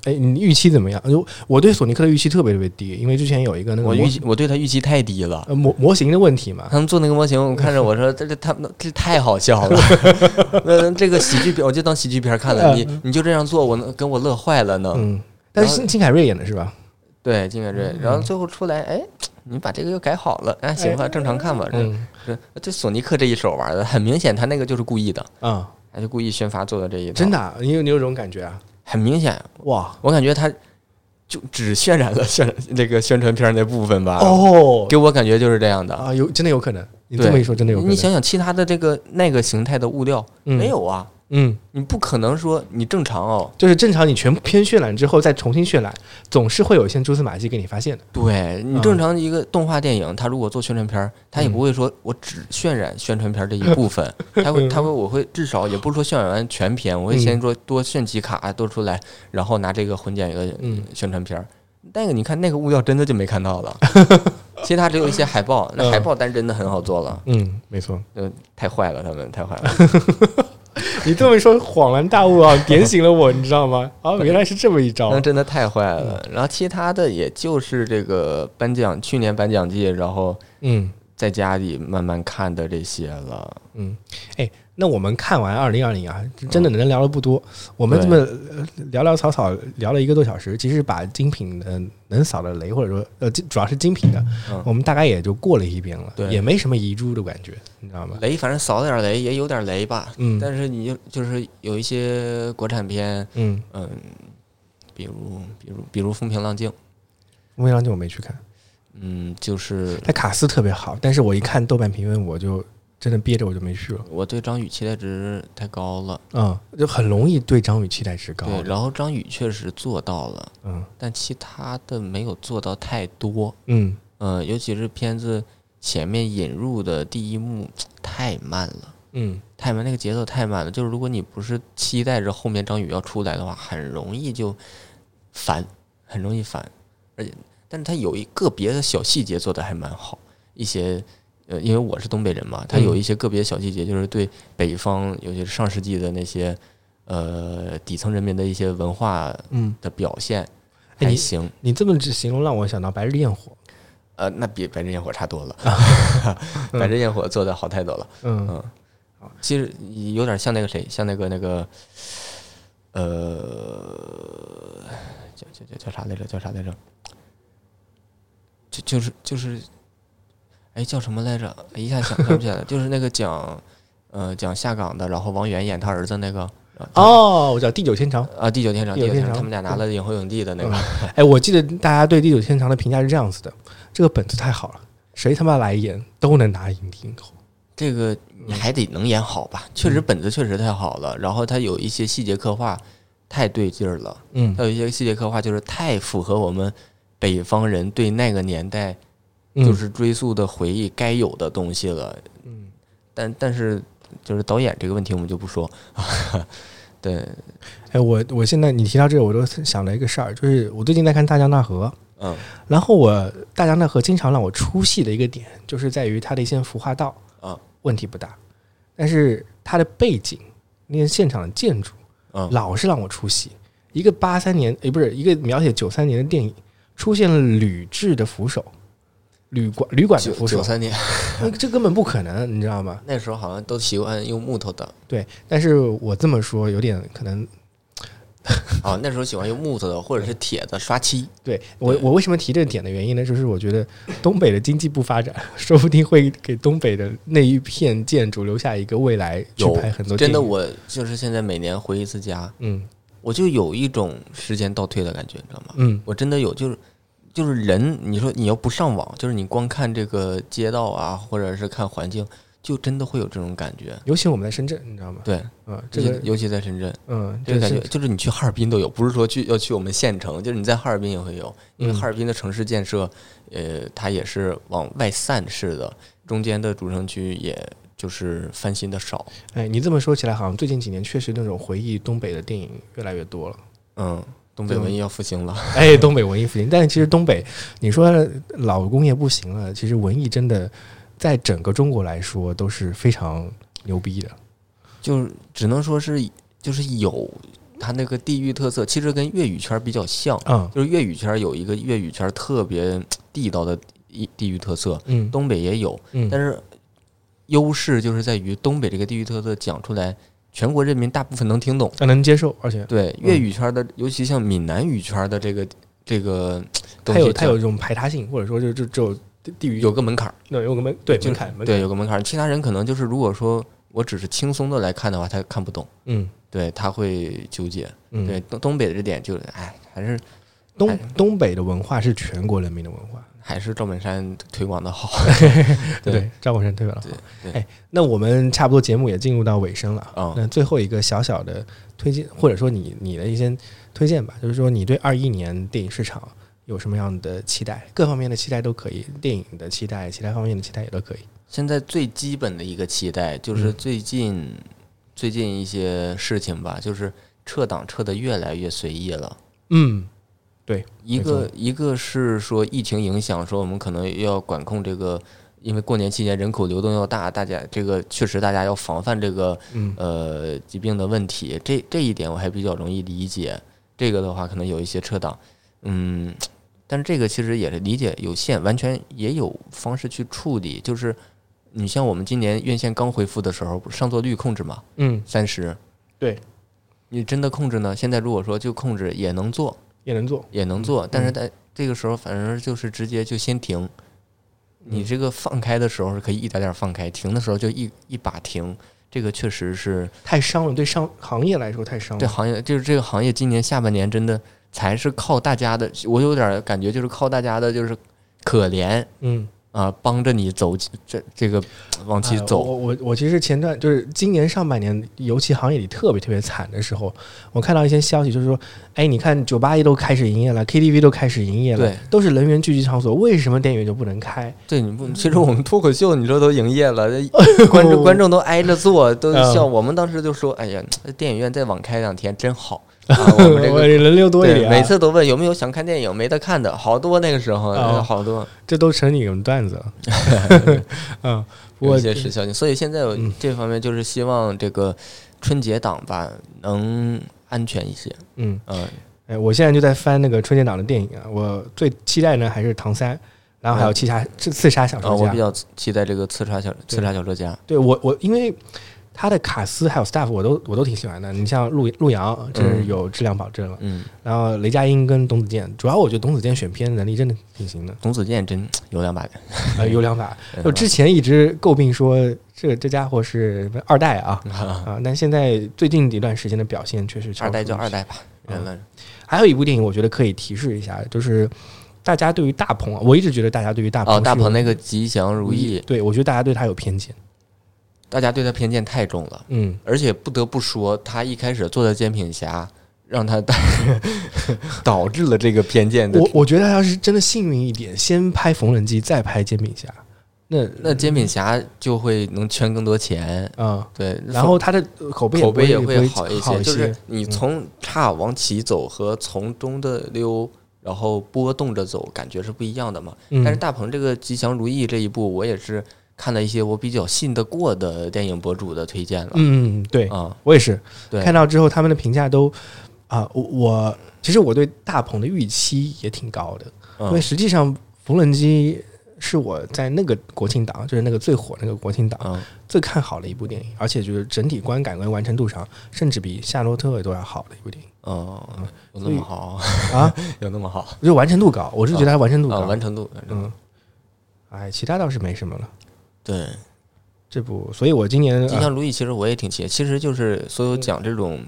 A: 哎，你预期怎么样？就我对索尼克的预期特别特别低，因为之前有一个那个
B: 我
A: 模
B: 预期我对它预期太低了。
A: 呃模模型的问题嘛，
B: 他们做那个模型，我看着我说 这这他们这太好 笑了，那这个喜剧片我就当喜剧片看了，你你就这样做，我能给我乐坏了呢。
A: 嗯，但是
B: 然后
A: 金金凯瑞演的是吧？
B: 对，金凯
A: 嗯
B: 瑞，然后最后出来，哎，你把这个又改好了，哎，行吧，正常看吧。这
A: 嗯
B: 这这索尼克这一手玩的，很明显他那个就是故意的，
A: 啊，
B: 他就故意宣发做的这一套，
A: 真的啊，你有你有这种感觉啊？
B: 很明显，
A: 哇
B: 我感觉他就只渲染了渲染这个宣传片那部分吧，
A: 哦
B: 给我感觉就是这样的。
A: 啊，有真的有可能，你
B: 对
A: 这么一说真的有可能。
B: 你想想其他的这个那个形态的物料
A: 嗯
B: 没？有啊，
A: 嗯，
B: 你不可能说你正常哦。
A: 就是正常你全篇渲染之后再重新渲染，总是会有一些蛛丝马迹给你发现的。
B: 对你
A: 嗯
B: 正常一个动画电影，它如果做宣传片儿，它也
A: 嗯
B: 不会说我只渲染宣传片儿这一部 分，它会它会我会至少也不是说渲染完全片，我会
A: 嗯
B: 先说多炫几卡多出来，然后拿这个混剪一个
A: 嗯
B: 宣传片儿。那个你看那个物料真的就没看到 了，其他只有一些海报，那
A: 嗯
B: 海报单真的很好做了，
A: 嗯，没错。
B: 嗯，太坏了，他们太坏了。
A: 你这么一说，恍然大悟啊，点醒了我，你知道 吗？啊，原来是这么一招
B: 那。真的太坏
A: 嗯
B: 了。然后其他的也就是这个颁奖，去年颁奖季，然后
A: 嗯
B: 在家里慢慢看的这些了。
A: 嗯，哎，那我们看完二零二零啊，真的能聊的不多。我们这么呃寥寥草草聊了一个多小时，其实把精品的能扫的雷，或者说呃，精主要是精品的，
B: 嗯
A: 我们大概也就过了一遍了，
B: 对
A: 也没什么遗珠的感觉，你知道吗？
B: 雷反正扫点雷也有点雷吧，
A: 嗯
B: 但是你就就是有一些国产片，
A: 嗯，
B: 嗯，比如比如比如《风平浪静》，
A: 《乌鸦浪我没去看，
B: 嗯，就是
A: 它卡斯特别好，但是我一看豆瓣评分，我就真的憋着我就没去了。
B: 我对张宇期待值太高了，
A: 嗯，就很容易对张宇期待值高。啊
B: 对，然后张宇确实做到了，
A: 嗯
B: 但其他的没有做到太多，
A: 嗯，
B: 嗯，尤其是片子前面引入的第一幕太慢了，
A: 嗯，
B: 太慢，那个节奏太慢了。就是如果你不是期待着后面张宇要出来的话，很容易就烦，很容易烦。而且，但是他有一个别的小细节做的还蛮好，一些。呃，因为我是东北人嘛，他
A: 嗯
B: 有一些个别小细节，就是对北方，尤其是上世纪的那些，呃，底层人民的一些文化
A: 嗯
B: 的表现，
A: 哎
B: 还
A: 你
B: 行。
A: 你这么形容让我想到《白日焰火》。
B: 呃，那比《白日焰火》差 多了，《白日焰火》做的好太多了。
A: 嗯
B: 啊其实有点像那个谁，像那个那个，呃，叫叫叫叫啥来着？叫啥来着？就就是就是，哎，叫什么来着？一下想想不起来了。就是那个讲，呃，讲下岗的，然后王源演他儿子那个。啊
A: 哦，我知道《地久天长》。
B: 啊！第九天长，
A: 第
B: 第
A: 九
B: 九天
A: 天
B: 长，
A: 长
B: 他们俩拿了影后影帝的那个
A: 嗯，哎，我记得大家对《地久天长》的评价是这样子的：这个本子太好了，谁他妈来演都能拿影帝。
B: 这个你还得能演好吧？确
A: 嗯
B: 实本子确实太好了，然后它有一些细节刻画太对劲儿了，
A: 嗯
B: 它有一些细节刻画就是太符合我们北方人对那个年代
A: 嗯
B: 就是追溯的回忆该有的东西了。
A: 嗯，
B: 但但是就是导演这个问题我们就不说， 对，
A: 哎，我我现在你提到这个，我都想了一个事儿，就是我最近在看《大江大河》，
B: 嗯
A: 然后我《大江大河》经常让我出戏的一个点，就是在于它的一些服化道
B: 啊
A: 问题不大，但是它的背景、那些现场的建筑
B: 嗯，
A: 老是让我出戏。一个八三年，呃诶，不是一个描写九三年的电影，出现了铝制的扶手，旅馆旅馆的
B: 九
A: 扶
B: 九
A: 手，
B: 三年
A: 那 这根本不可能，你知道吗？
B: 那时候好像都喜欢用木头的
A: 对，但是我这么说有点可能，
B: 啊，那时候喜欢用木头的或者是铁的刷漆，
A: 对我我为什么提这个点的原因呢？就是我觉得东北的经济不发展，说不定会给东北的那一片建筑留下一个未来去
B: 有
A: 拍很多
B: 真的
A: 电影
B: 我就是现在每年回一次家，
A: 嗯
B: 我就有一种时间倒退的感觉，你知道吗？
A: 嗯
B: 我真的有，就是就是人，你说你要不上网，就是你光看这个街道啊，或者是看环境，就真的会有这种感觉。
A: 尤其我们在深圳，你知道吗？
B: 对，
A: 嗯，这
B: 尤
A: 个
B: 其尤其在深圳，
A: 嗯，
B: 这个感
A: 是
B: 觉就是你去哈尔滨都有，不是说去要去我们县城，就是你在哈尔滨也会有，因为
A: 嗯
B: 哈尔滨的城市建设，呃，它也是往外散式的，中间的主城区也就是翻新的少。
A: 哎，你这么说起来，好像最近几年确实那种回忆东北的电影越来越多 了。
B: 嗯，东北文艺要复兴了。
A: 哎，东北文艺复兴，但是其实东北，你说老工业不行了，其实文艺真的在整个中国来说都是非常牛逼的。
B: 就只能说是就是有它那个地域特色，其实跟粤语圈比较像。
A: 嗯
B: 就是粤语圈有一个粤语圈特别地道的地地域特色，
A: 嗯
B: 东北也有，
A: 嗯，
B: 但是优势就是在于东北这个地域特色讲出来，全国人民大部分能听懂。
A: 但能接受，而且
B: 对粤语圈的，尤其像闽南语圈的这个这个东
A: 它
B: 西
A: 有
B: 讲，
A: 它有这种排他性，或者说就就只有地域
B: 有个门槛儿，
A: 那有个门对
B: 就
A: 门槛门槛
B: 对，有个门槛儿。其他人可能就是，如果说我只是轻松的来看的话，他看不懂，
A: 嗯
B: 对他会纠结。
A: 嗯
B: 对哎东东北的这点就，哎，还是
A: 东东北的文化是全国人民的文化，
B: 还是赵本山推广的好。对
A: 对，赵本山推广了。
B: 对对
A: 哎，那我们差不多节目也进入到尾声了啊。
B: 嗯
A: 那最后一个小小的推荐，或者说你你的一些推荐吧，就是说你对二一年电影市场有什么样的期待？各方面的期待都可以，电影的期待，其他方面的期待也都可以。
B: 现在最基本的一个期待就是
A: 嗯
B: 最近、最近一些事情吧，就是撤档撤的越来越随意了。
A: 嗯
B: 一
A: 没
B: 个一个是说疫情影响，说我们可能要管控这个，因为过年期间人口流动要大，大家这个确实大家要防范这个
A: 嗯
B: 呃疾病的问题，这这一点我还比较容易理解。这个的话，可能有一些撤档，嗯，但是这个其实也是理解有限，完全也有方式去处理。就是你像我们今年院线刚恢复的时候，不是上座率控制嘛，
A: 嗯，
B: 三十，
A: 对
B: 你真的控制呢？现在如果说就控制也能做，
A: 也能做。
B: 也能做，但是在这个时候，反正就是直接就先停。你这个放开的时候是可以一点点放开，停的时候就一一把停。这个确实是
A: 太伤了，对商行业来说太伤
B: 这
A: 了。
B: 行业，就是这个行业今年下半年真的才是靠大家的，我有点感觉就是靠大家的，就是可怜
A: 嗯，
B: 啊，帮着你走这这个往起
A: 呃
B: 走。
A: 我我我其实前段就是今年上半年，尤其行业里特别特别惨的时候，我看到一些消息，就是说，哎，你看酒吧也都开始营业了，KTV 都开始营业了
B: 对，
A: 都是人员聚集场所，为什么电影院就不能开？
B: 对，你
A: 嗯
B: 不，其实我们脱口秀你说都营业了，这观 众观众都挨着坐，都
A: 嗯
B: 笑。我们当时就说，哎呀，电影院再晚开两天 真好。啊、我们这个
A: 人流多一
B: 对，
A: 点啊、
B: 每次都问有没有想看电影没得看的，好多那个时候、
A: 哦
B: 好多
A: 这都成你们段子 了。嗯，不
B: 有
A: 过
B: 一些时效性，所以现在我这方面就是希望这个春节档吧能安全一些，
A: 嗯，
B: 嗯，
A: 哎，我现在就在翻那个春节档的电影啊，我最期待呢还是《唐三》，然后还有《刺杀刺杀小
B: 啊、
A: 说
B: 嗯我
A: 家
B: 比》较期待这个刺杀小刺杀小说家，
A: 对我我因为他的卡斯还有 staff 我都我都挺喜欢的。你像陆陆阳，这是有质量保证了。
B: 嗯，
A: 然后雷佳音跟董子健，主要我觉得董子健选片能力真的挺行的，
B: 董子健真有两把，
A: 呃，有两把。
B: 有两把
A: 就之前一直诟病说这这家伙是二代啊啊，但现在最近一段时间的表现确实超
B: 嗯二代就
A: 出
B: 二代吧，
A: 嗯
B: 忍了，
A: 还有一部电影，我觉得可以提示一下，就是大家对于大鹏啊，我一直觉得大家对于大鹏
B: 哦，大
A: 是嗯有
B: 鹏那个吉祥如意，
A: 对我觉得大家对他有偏见。
B: 大家对他偏见太重了，
A: 嗯，
B: 而且不得不说，他一开始做的煎饼侠。让他 带 导致了这个偏见的
A: 我我觉得他要是真的幸运一点，先拍《缝纫机》，再拍《煎饼侠》，那
B: 那煎饼侠就会能圈更多钱，
A: 啊、
B: 对，
A: 然后他的呃口碑
B: 口碑也
A: 不
B: 会
A: 好
B: 好一
A: 些，嗯
B: 些。就是你从差往起走和从中的溜，然后波动着走，感觉是不一样的嘛。
A: 嗯
B: 但是大鹏这个《吉祥如意》这一部，我也是看了一些我比较信得过的电影博主的推荐了。
A: 嗯，嗯对
B: 啊，
A: 我也是
B: 对
A: 看到之后，他们的评价都啊、我我其实我对大鹏的预期也挺高的，因为
B: 嗯
A: 实际上缝纫机是我在那个国庆档，就是那个最火那个国庆档
B: 嗯
A: 最看好的一部电影，而且就是整体观感跟完成度上，甚至比《夏洛特》都要好的一部电影
B: 嗯，有那么好，
A: 啊，
B: 有那么好
A: 就完成度高，我是觉得它完成度
B: 啊，
A: 高，
B: 完成度，完成
A: 嗯，
B: 度
A: 哎，其他倒是没什么了。
B: 对。
A: 这部，所以我今年、
B: 吉
A: 呃
B: 祥如意其实我也挺期待，其实就是所有讲这种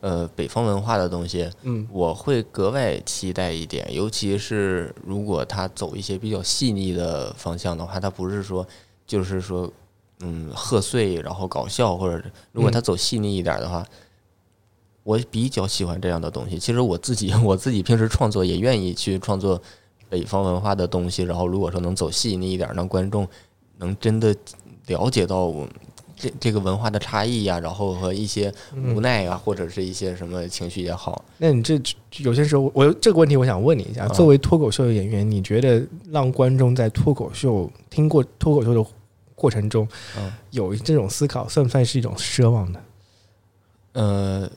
B: 呃北方文化的东西，
A: 嗯，
B: 我会格外期待一点，尤其是如果他走一些比较细腻的方向的话，他不是说就是说嗯贺岁然后搞笑，或者如果他走细腻一点的话。我比较喜欢这样的东西。其实我自己， 我自己平时创作也愿意去创作北方文化的东西。然后，如果说能走细腻一点，让观众能真的了解到我这这个文化的差异呀、啊然后和一些
A: 嗯
B: 无奈啊，或者是一些什么情绪也好，
A: 那你这有些时候，我这个问题我想问你一下，
B: 啊
A: 作为脱口秀的演员，你觉得让观众在脱口秀听过脱口秀的过程中，
B: 嗯
A: 有这种思考，算不算是一种奢望呢？
B: 呃，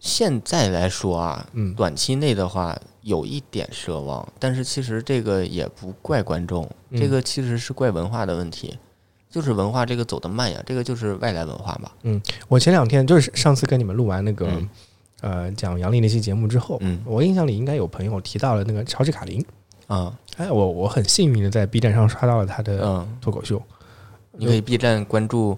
B: 现在来说啊，
A: 嗯
B: 短期内的话有一点奢望，但是其实这个也不怪观众，
A: 嗯
B: 这个其实是怪文化的问题，就是文化这个走得慢呀，这个就是外来文化嘛。
A: 我前两天就是上次跟你们录完那个、
B: 嗯
A: 呃讲杨笠那期节目之后，
B: 嗯
A: 我印象里应该有朋友提到了那个乔治卡林，
B: 啊，
A: 哎，我我很幸运的在 B 站上刷到了他的
B: 嗯，
A: 脱口秀，
B: 你可以 B 站关注，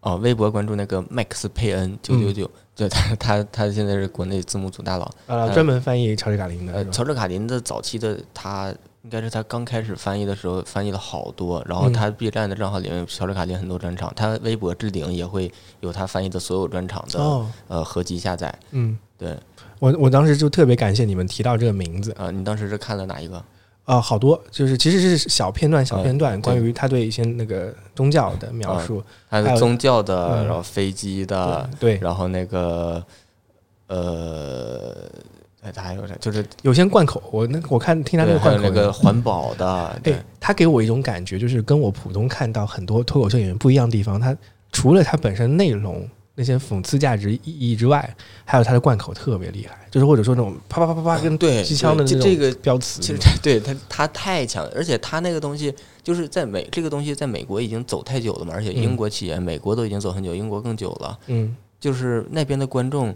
B: 哦，微博关注那个 Max 佩恩九九九，就他他他现在是国内字幕组大佬。
A: 呃，专门翻译乔治卡林的
B: 嗯呃，
A: 是吧，
B: 乔治卡林的早期的他，应该是他刚开始翻译的时候翻译了好多，然后
A: 嗯
B: 他 B 站的账号里面有乔治卡林很多专场，他微博置顶也会有他翻译的所有专场的、
A: 哦，
B: 呃合集下载。
A: 嗯，
B: 对，
A: 我我当时就特别感谢你们提到这个名字。
B: 啊、你当时是看了哪一个？
A: 啊、好多就是其实是小片段、小片段，
B: 嗯对嗯
A: 关于他对一些那个宗教的描述。
B: 还
A: 还
B: 有
A: 有
B: 宗教的，
A: 嗯
B: 然后飞机的，
A: 对，
B: 啊然后那个呃，哎他还有啥？就是
A: 有些贯口，我那我看听他那
B: 对，
A: 个
B: 还有
A: 贯口
B: 那
A: 音，
B: 个环保的，对
A: 哎，他给我一种感觉，就是跟我普通看到很多脱口秀演员不一样的地方。他除了他本身内容那些讽刺价值意义之外，还有他的贯口特别厉害，就是或者说那种啪啪啪啪啪跟
B: 啊对
A: 机枪的
B: 对
A: 那
B: 这这
A: 种
B: 个
A: 标词。
B: 其实他 对他他太强了，而且他那个东西就是在美这个东西在美国已经走太久了嘛，而且英国起源，美国都已经走很久，英国更久了。
A: 嗯
B: 就是那边的观众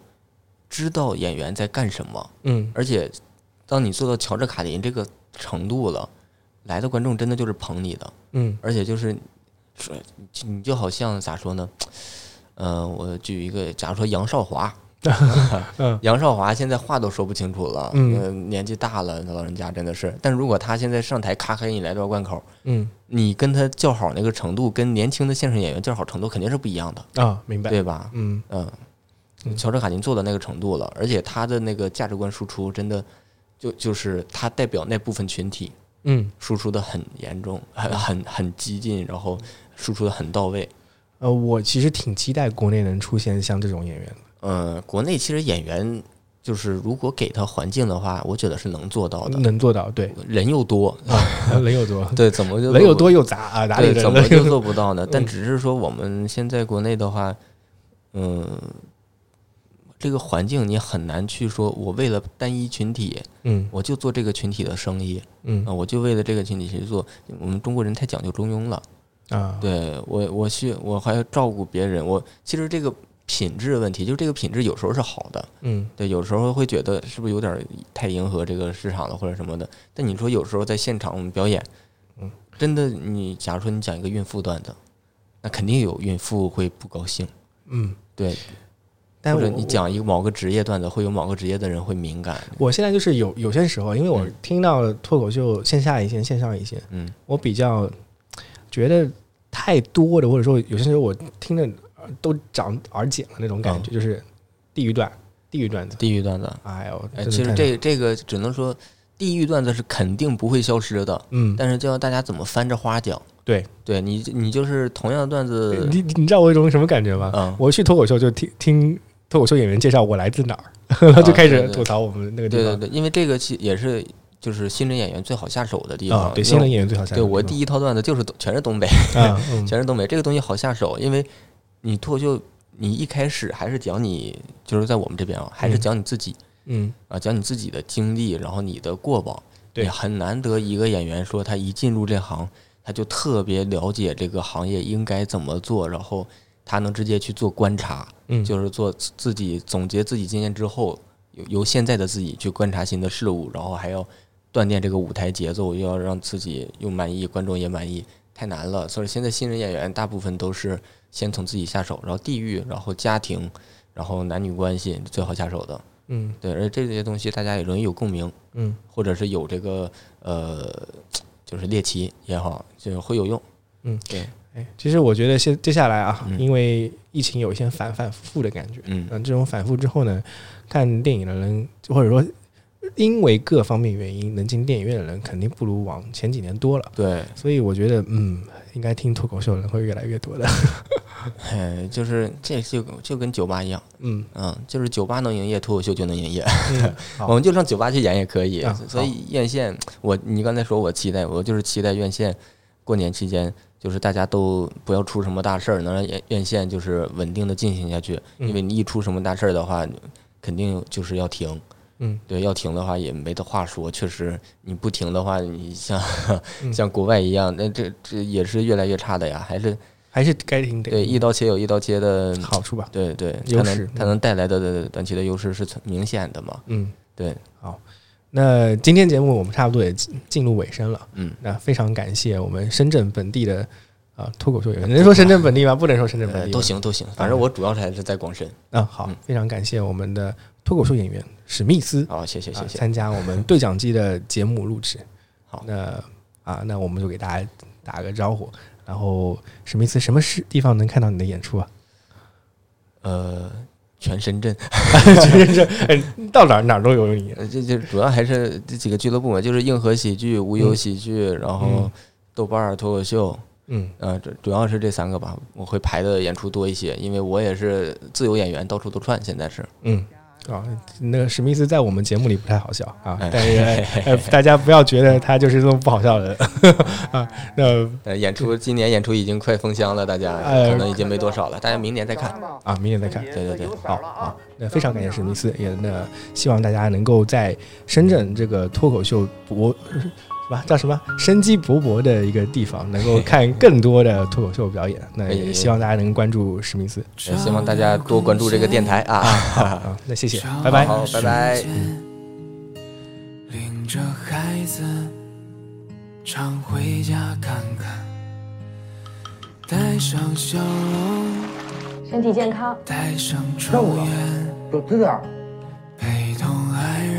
B: 知道演员在干什么，
A: 嗯
B: 而且当你做到乔治卡林这个程度了，来的观众真的就是捧你的，
A: 嗯
B: 而且就是说你就好像咋说呢？呃，我举一个，假如说杨少华，
A: 嗯
B: 杨少华现在话都说不清楚了，
A: 嗯
B: 呃年纪大了，老人家真的是。但如果他现在上台，咔给你来段贯口，
A: 嗯
B: 你跟他叫好那个程度，跟年轻的相声演员叫好程度肯定是不一样的，
A: 啊，明白。
B: 对吧？
A: 嗯
B: 嗯
A: 嗯，
B: 乔治卡林做到那个程度了，而且他的那个价值观输出真的就就是他代表那部分群体
A: 嗯。
B: 输出的很严重，很很很激进，然后输出的很到位。
A: 呃，我其实挺期待国内能出现像这种演员的。
B: 嗯，国内其实演员就是如果给他环境的话，我觉得是能做到的。
A: 能做到， 对，
B: 人又多，
A: 啊，人又多，
B: 嗯 对，怎么就
A: 人
B: 做
A: 又
B: 不
A: 多又杂啊，哪里
B: 对，
A: 人
B: 怎么
A: 呢
B: 就做不到 呢？但只是说我们现在国内的话，嗯，这个环境你很难去说，我为了单一群体，
A: 嗯
B: 我就做这个群体的生意啊、
A: 嗯
B: 我就为了这个群体去做。我们中国人太讲究中庸了，
A: 啊，
B: 对我，我需我还要照顾别人。我其实这个品质问题，就是这个品质有时候是好的，
A: 嗯
B: 对，有时候会觉得是不是有点儿太迎合这个市场了或者什么的。但你说有时候在现场我们表演，
A: 嗯，
B: 真的你假如说你讲一个孕妇段子，那肯定有孕妇会不高兴，
A: 嗯，
B: 对，
A: 但
B: 或
A: 我
B: 者你，讲一个某个职业段子，会有某个职业的人会敏感，
A: 我现在就是有有些时候，因为我
B: 嗯
A: 听到脱口秀线下一线、线上一线，
B: 嗯
A: 我比较觉得太多的，或者说有些时候我听着呃都长耳茧了那种
B: 嗯
A: 感觉，就是地狱段、地狱段子，
B: 地狱段子，
A: 哎呦，真
B: 哎，
A: 的
B: 其实
A: 太
B: 这这个只能说地狱段子是肯定不会消失的，
A: 嗯，
B: 但是就要大家怎么翻着花讲，
A: 对，
B: 对你你就是同样的段子，
A: 你你知道我有一种什么感觉吗？
B: 嗯，
A: 我去脱口秀就听听脱口秀演员介绍我来自哪儿， 然后就开
B: 啊对
A: 始
B: 对对
A: 吐槽我们那个地
B: 对
A: 方。
B: 对对，因为这个其也是就是新人演员最好下手的地
A: 啊
B: 方，，
A: 对，
B: 因为
A: 新人演员最好下
B: 对我第
A: 地
B: 一套段子就是东全是东北，
A: 啊，嗯
B: 全是东北，这个东西好下手，因为你脱口秀，你一开始还是讲你就是在我们这边啊，还是
A: 嗯
B: 讲你自己
A: 嗯
B: 啊，讲你自己的经历，然后你的过往，
A: 对
B: 你很难得一个演员说他一进入这行，他就特别了解这个行业应该怎么做，然后他能直接去做观察，
A: 嗯，
B: 就是做自自己总结自己经验之后，由由现在的自己去观察新的事物，然后还要锻炼这个舞台节奏，又要让自己又满意，观众也满意，太难了。所以现在新人演员大部分都是先从自己下手，然后地域，然后家庭，然后男女关系最好下手的。
A: 嗯
B: 对，而这些东西大家也容易有共鸣，
A: 嗯
B: 或者是有这个呃，就是猎奇也好，就是会有用。
A: 嗯
B: 对，
A: 哎，其实我觉得现接下来啊，
B: 嗯
A: 因为疫情有一些反反复复的感觉，
B: 嗯
A: 嗯，这种反复之后呢，看电影的人或者说因为各方面原因，能进电影院的人肯定不如往前几年多了。
B: 对，
A: 所以我觉得，嗯，应该听脱口秀的人会越来越多的。
B: 哎，就是这就就跟酒吧一样，
A: 嗯，
B: 嗯，就是酒吧能营业，脱口秀就能营业，
A: 嗯
B: 我们就上酒吧去演也可以
A: 嗯。
B: 所以院线，我你刚才说我期待，我就是期待院线过年期间，就是大家都不要出什么大事儿，能让院院线就是稳定的进行下去。
A: 嗯
B: 因为你一出什么大事儿的话，肯定就是要停。
A: 嗯，
B: 对，要停的话也没得话说，确实你不停的话，你像
A: 嗯
B: 像国外一样，那这这也是越来越差的呀。还是
A: 还是该听的。
B: 对一刀切有一刀切的
A: 嗯好处吧。
B: 对对，
A: 优
B: 它
A: 势
B: 能它
A: 嗯
B: 能带来的短期的优势是存明显的嘛？
A: 嗯，
B: 对，
A: 好。那今天节目我们差不多也进进入尾声了。
B: 嗯，
A: 那非常感谢我们深圳本地的啊、脱口秀演员， 能说深圳本地吗？不能说深圳本
B: 呃
A: 地吧，
B: 都行都行，反正我主要还是在广深
A: 啊。好
B: 嗯，
A: 非常感谢我们的脱口秀演员史密斯
B: 啊，谢谢
A: 啊
B: 谢谢，
A: 参加我们对讲机的节目录制。
B: 好
A: 那啊，那我们就给大家打个招呼。然后史密斯，什么是地方能看到你的演出 啊？
B: 呃，全深圳，
A: 就是这，哎到哪儿哪儿都有你。
B: 呃这这主要还是这几个俱乐部嘛，就是硬核喜剧、无忧喜剧，然后
A: 嗯
B: 豆瓣儿脱口秀，
A: 嗯
B: 呃，主主要是这三个吧，我会排的演出多一些，因为我也是自由演员，到处都串，现在是
A: 嗯。啊、那个史密斯在我们节目里不太好笑啊，
B: 哎
A: 但是、 呃、大家不要觉得他就是这种不好笑的人 啊。那
B: 呃，演出今年演出已经快封箱了，大家
A: 哎
B: 可能已经没多少了，大家明年再看。
A: 啊，明年再看。
B: 对对对，
A: 好啊，那非常感谢史密斯，也那希望大家能够在深圳这个脱口秀博什么叫什么生机勃勃的一个地方，能 够看更多的脱口秀表演。
B: 哎
A: 那也希望大家能关注史密斯
B: 也呃希望大家多关注这个电台啊。
A: 啊。那谢谢，拜拜。
B: 好拜拜。
C: 领着孩子常回家看看，带上笑容，
D: 身体健康。
C: 带上抽烟，
E: 就这样。
C: 陪同爱人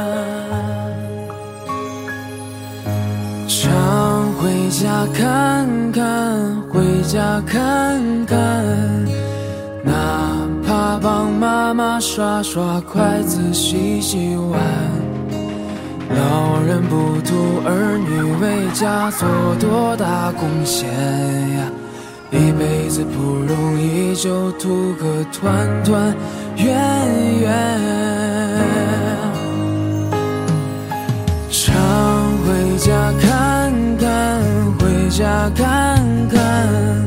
C: 常回家看看，回家看看，哪怕帮妈妈刷刷筷子、洗洗碗。老人不图儿女为家做多大贡献呀，一辈子不容易，就图个团团圆圆。常回家看看，回家看看，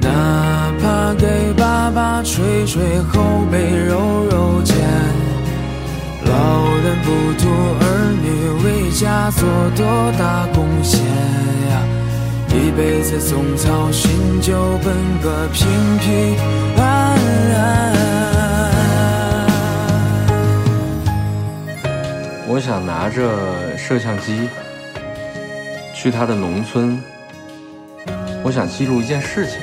C: 哪怕给爸爸捶捶后背，揉揉肩。老人不图儿女为家做多大贡献呀，一辈子总操心就奔个平平安安。
F: 我想拿着摄像机去他的农村，我想记录一件事情。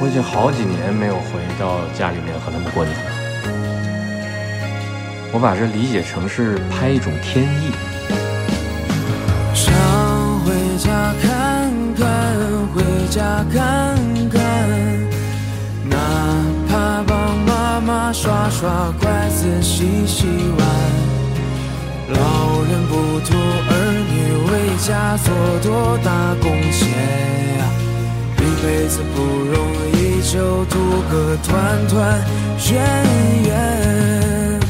F: 我已经好几年没有回到家里面和他们过年了。我把这理解成是拍一种天意。
C: 常回家看看，回家看看，哪怕帮妈妈刷刷筷子、洗洗碗。老人不图儿女为家做多大贡献呀，一辈子不容易，就图个团团圆圆，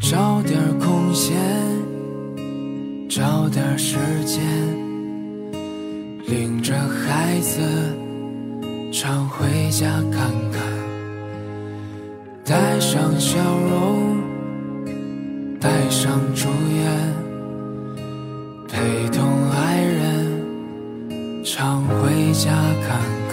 C: 找点儿空闲，找点儿时间，领着孩子常回家看看，带上笑容。带上祝愿，陪同爱人常回家看看。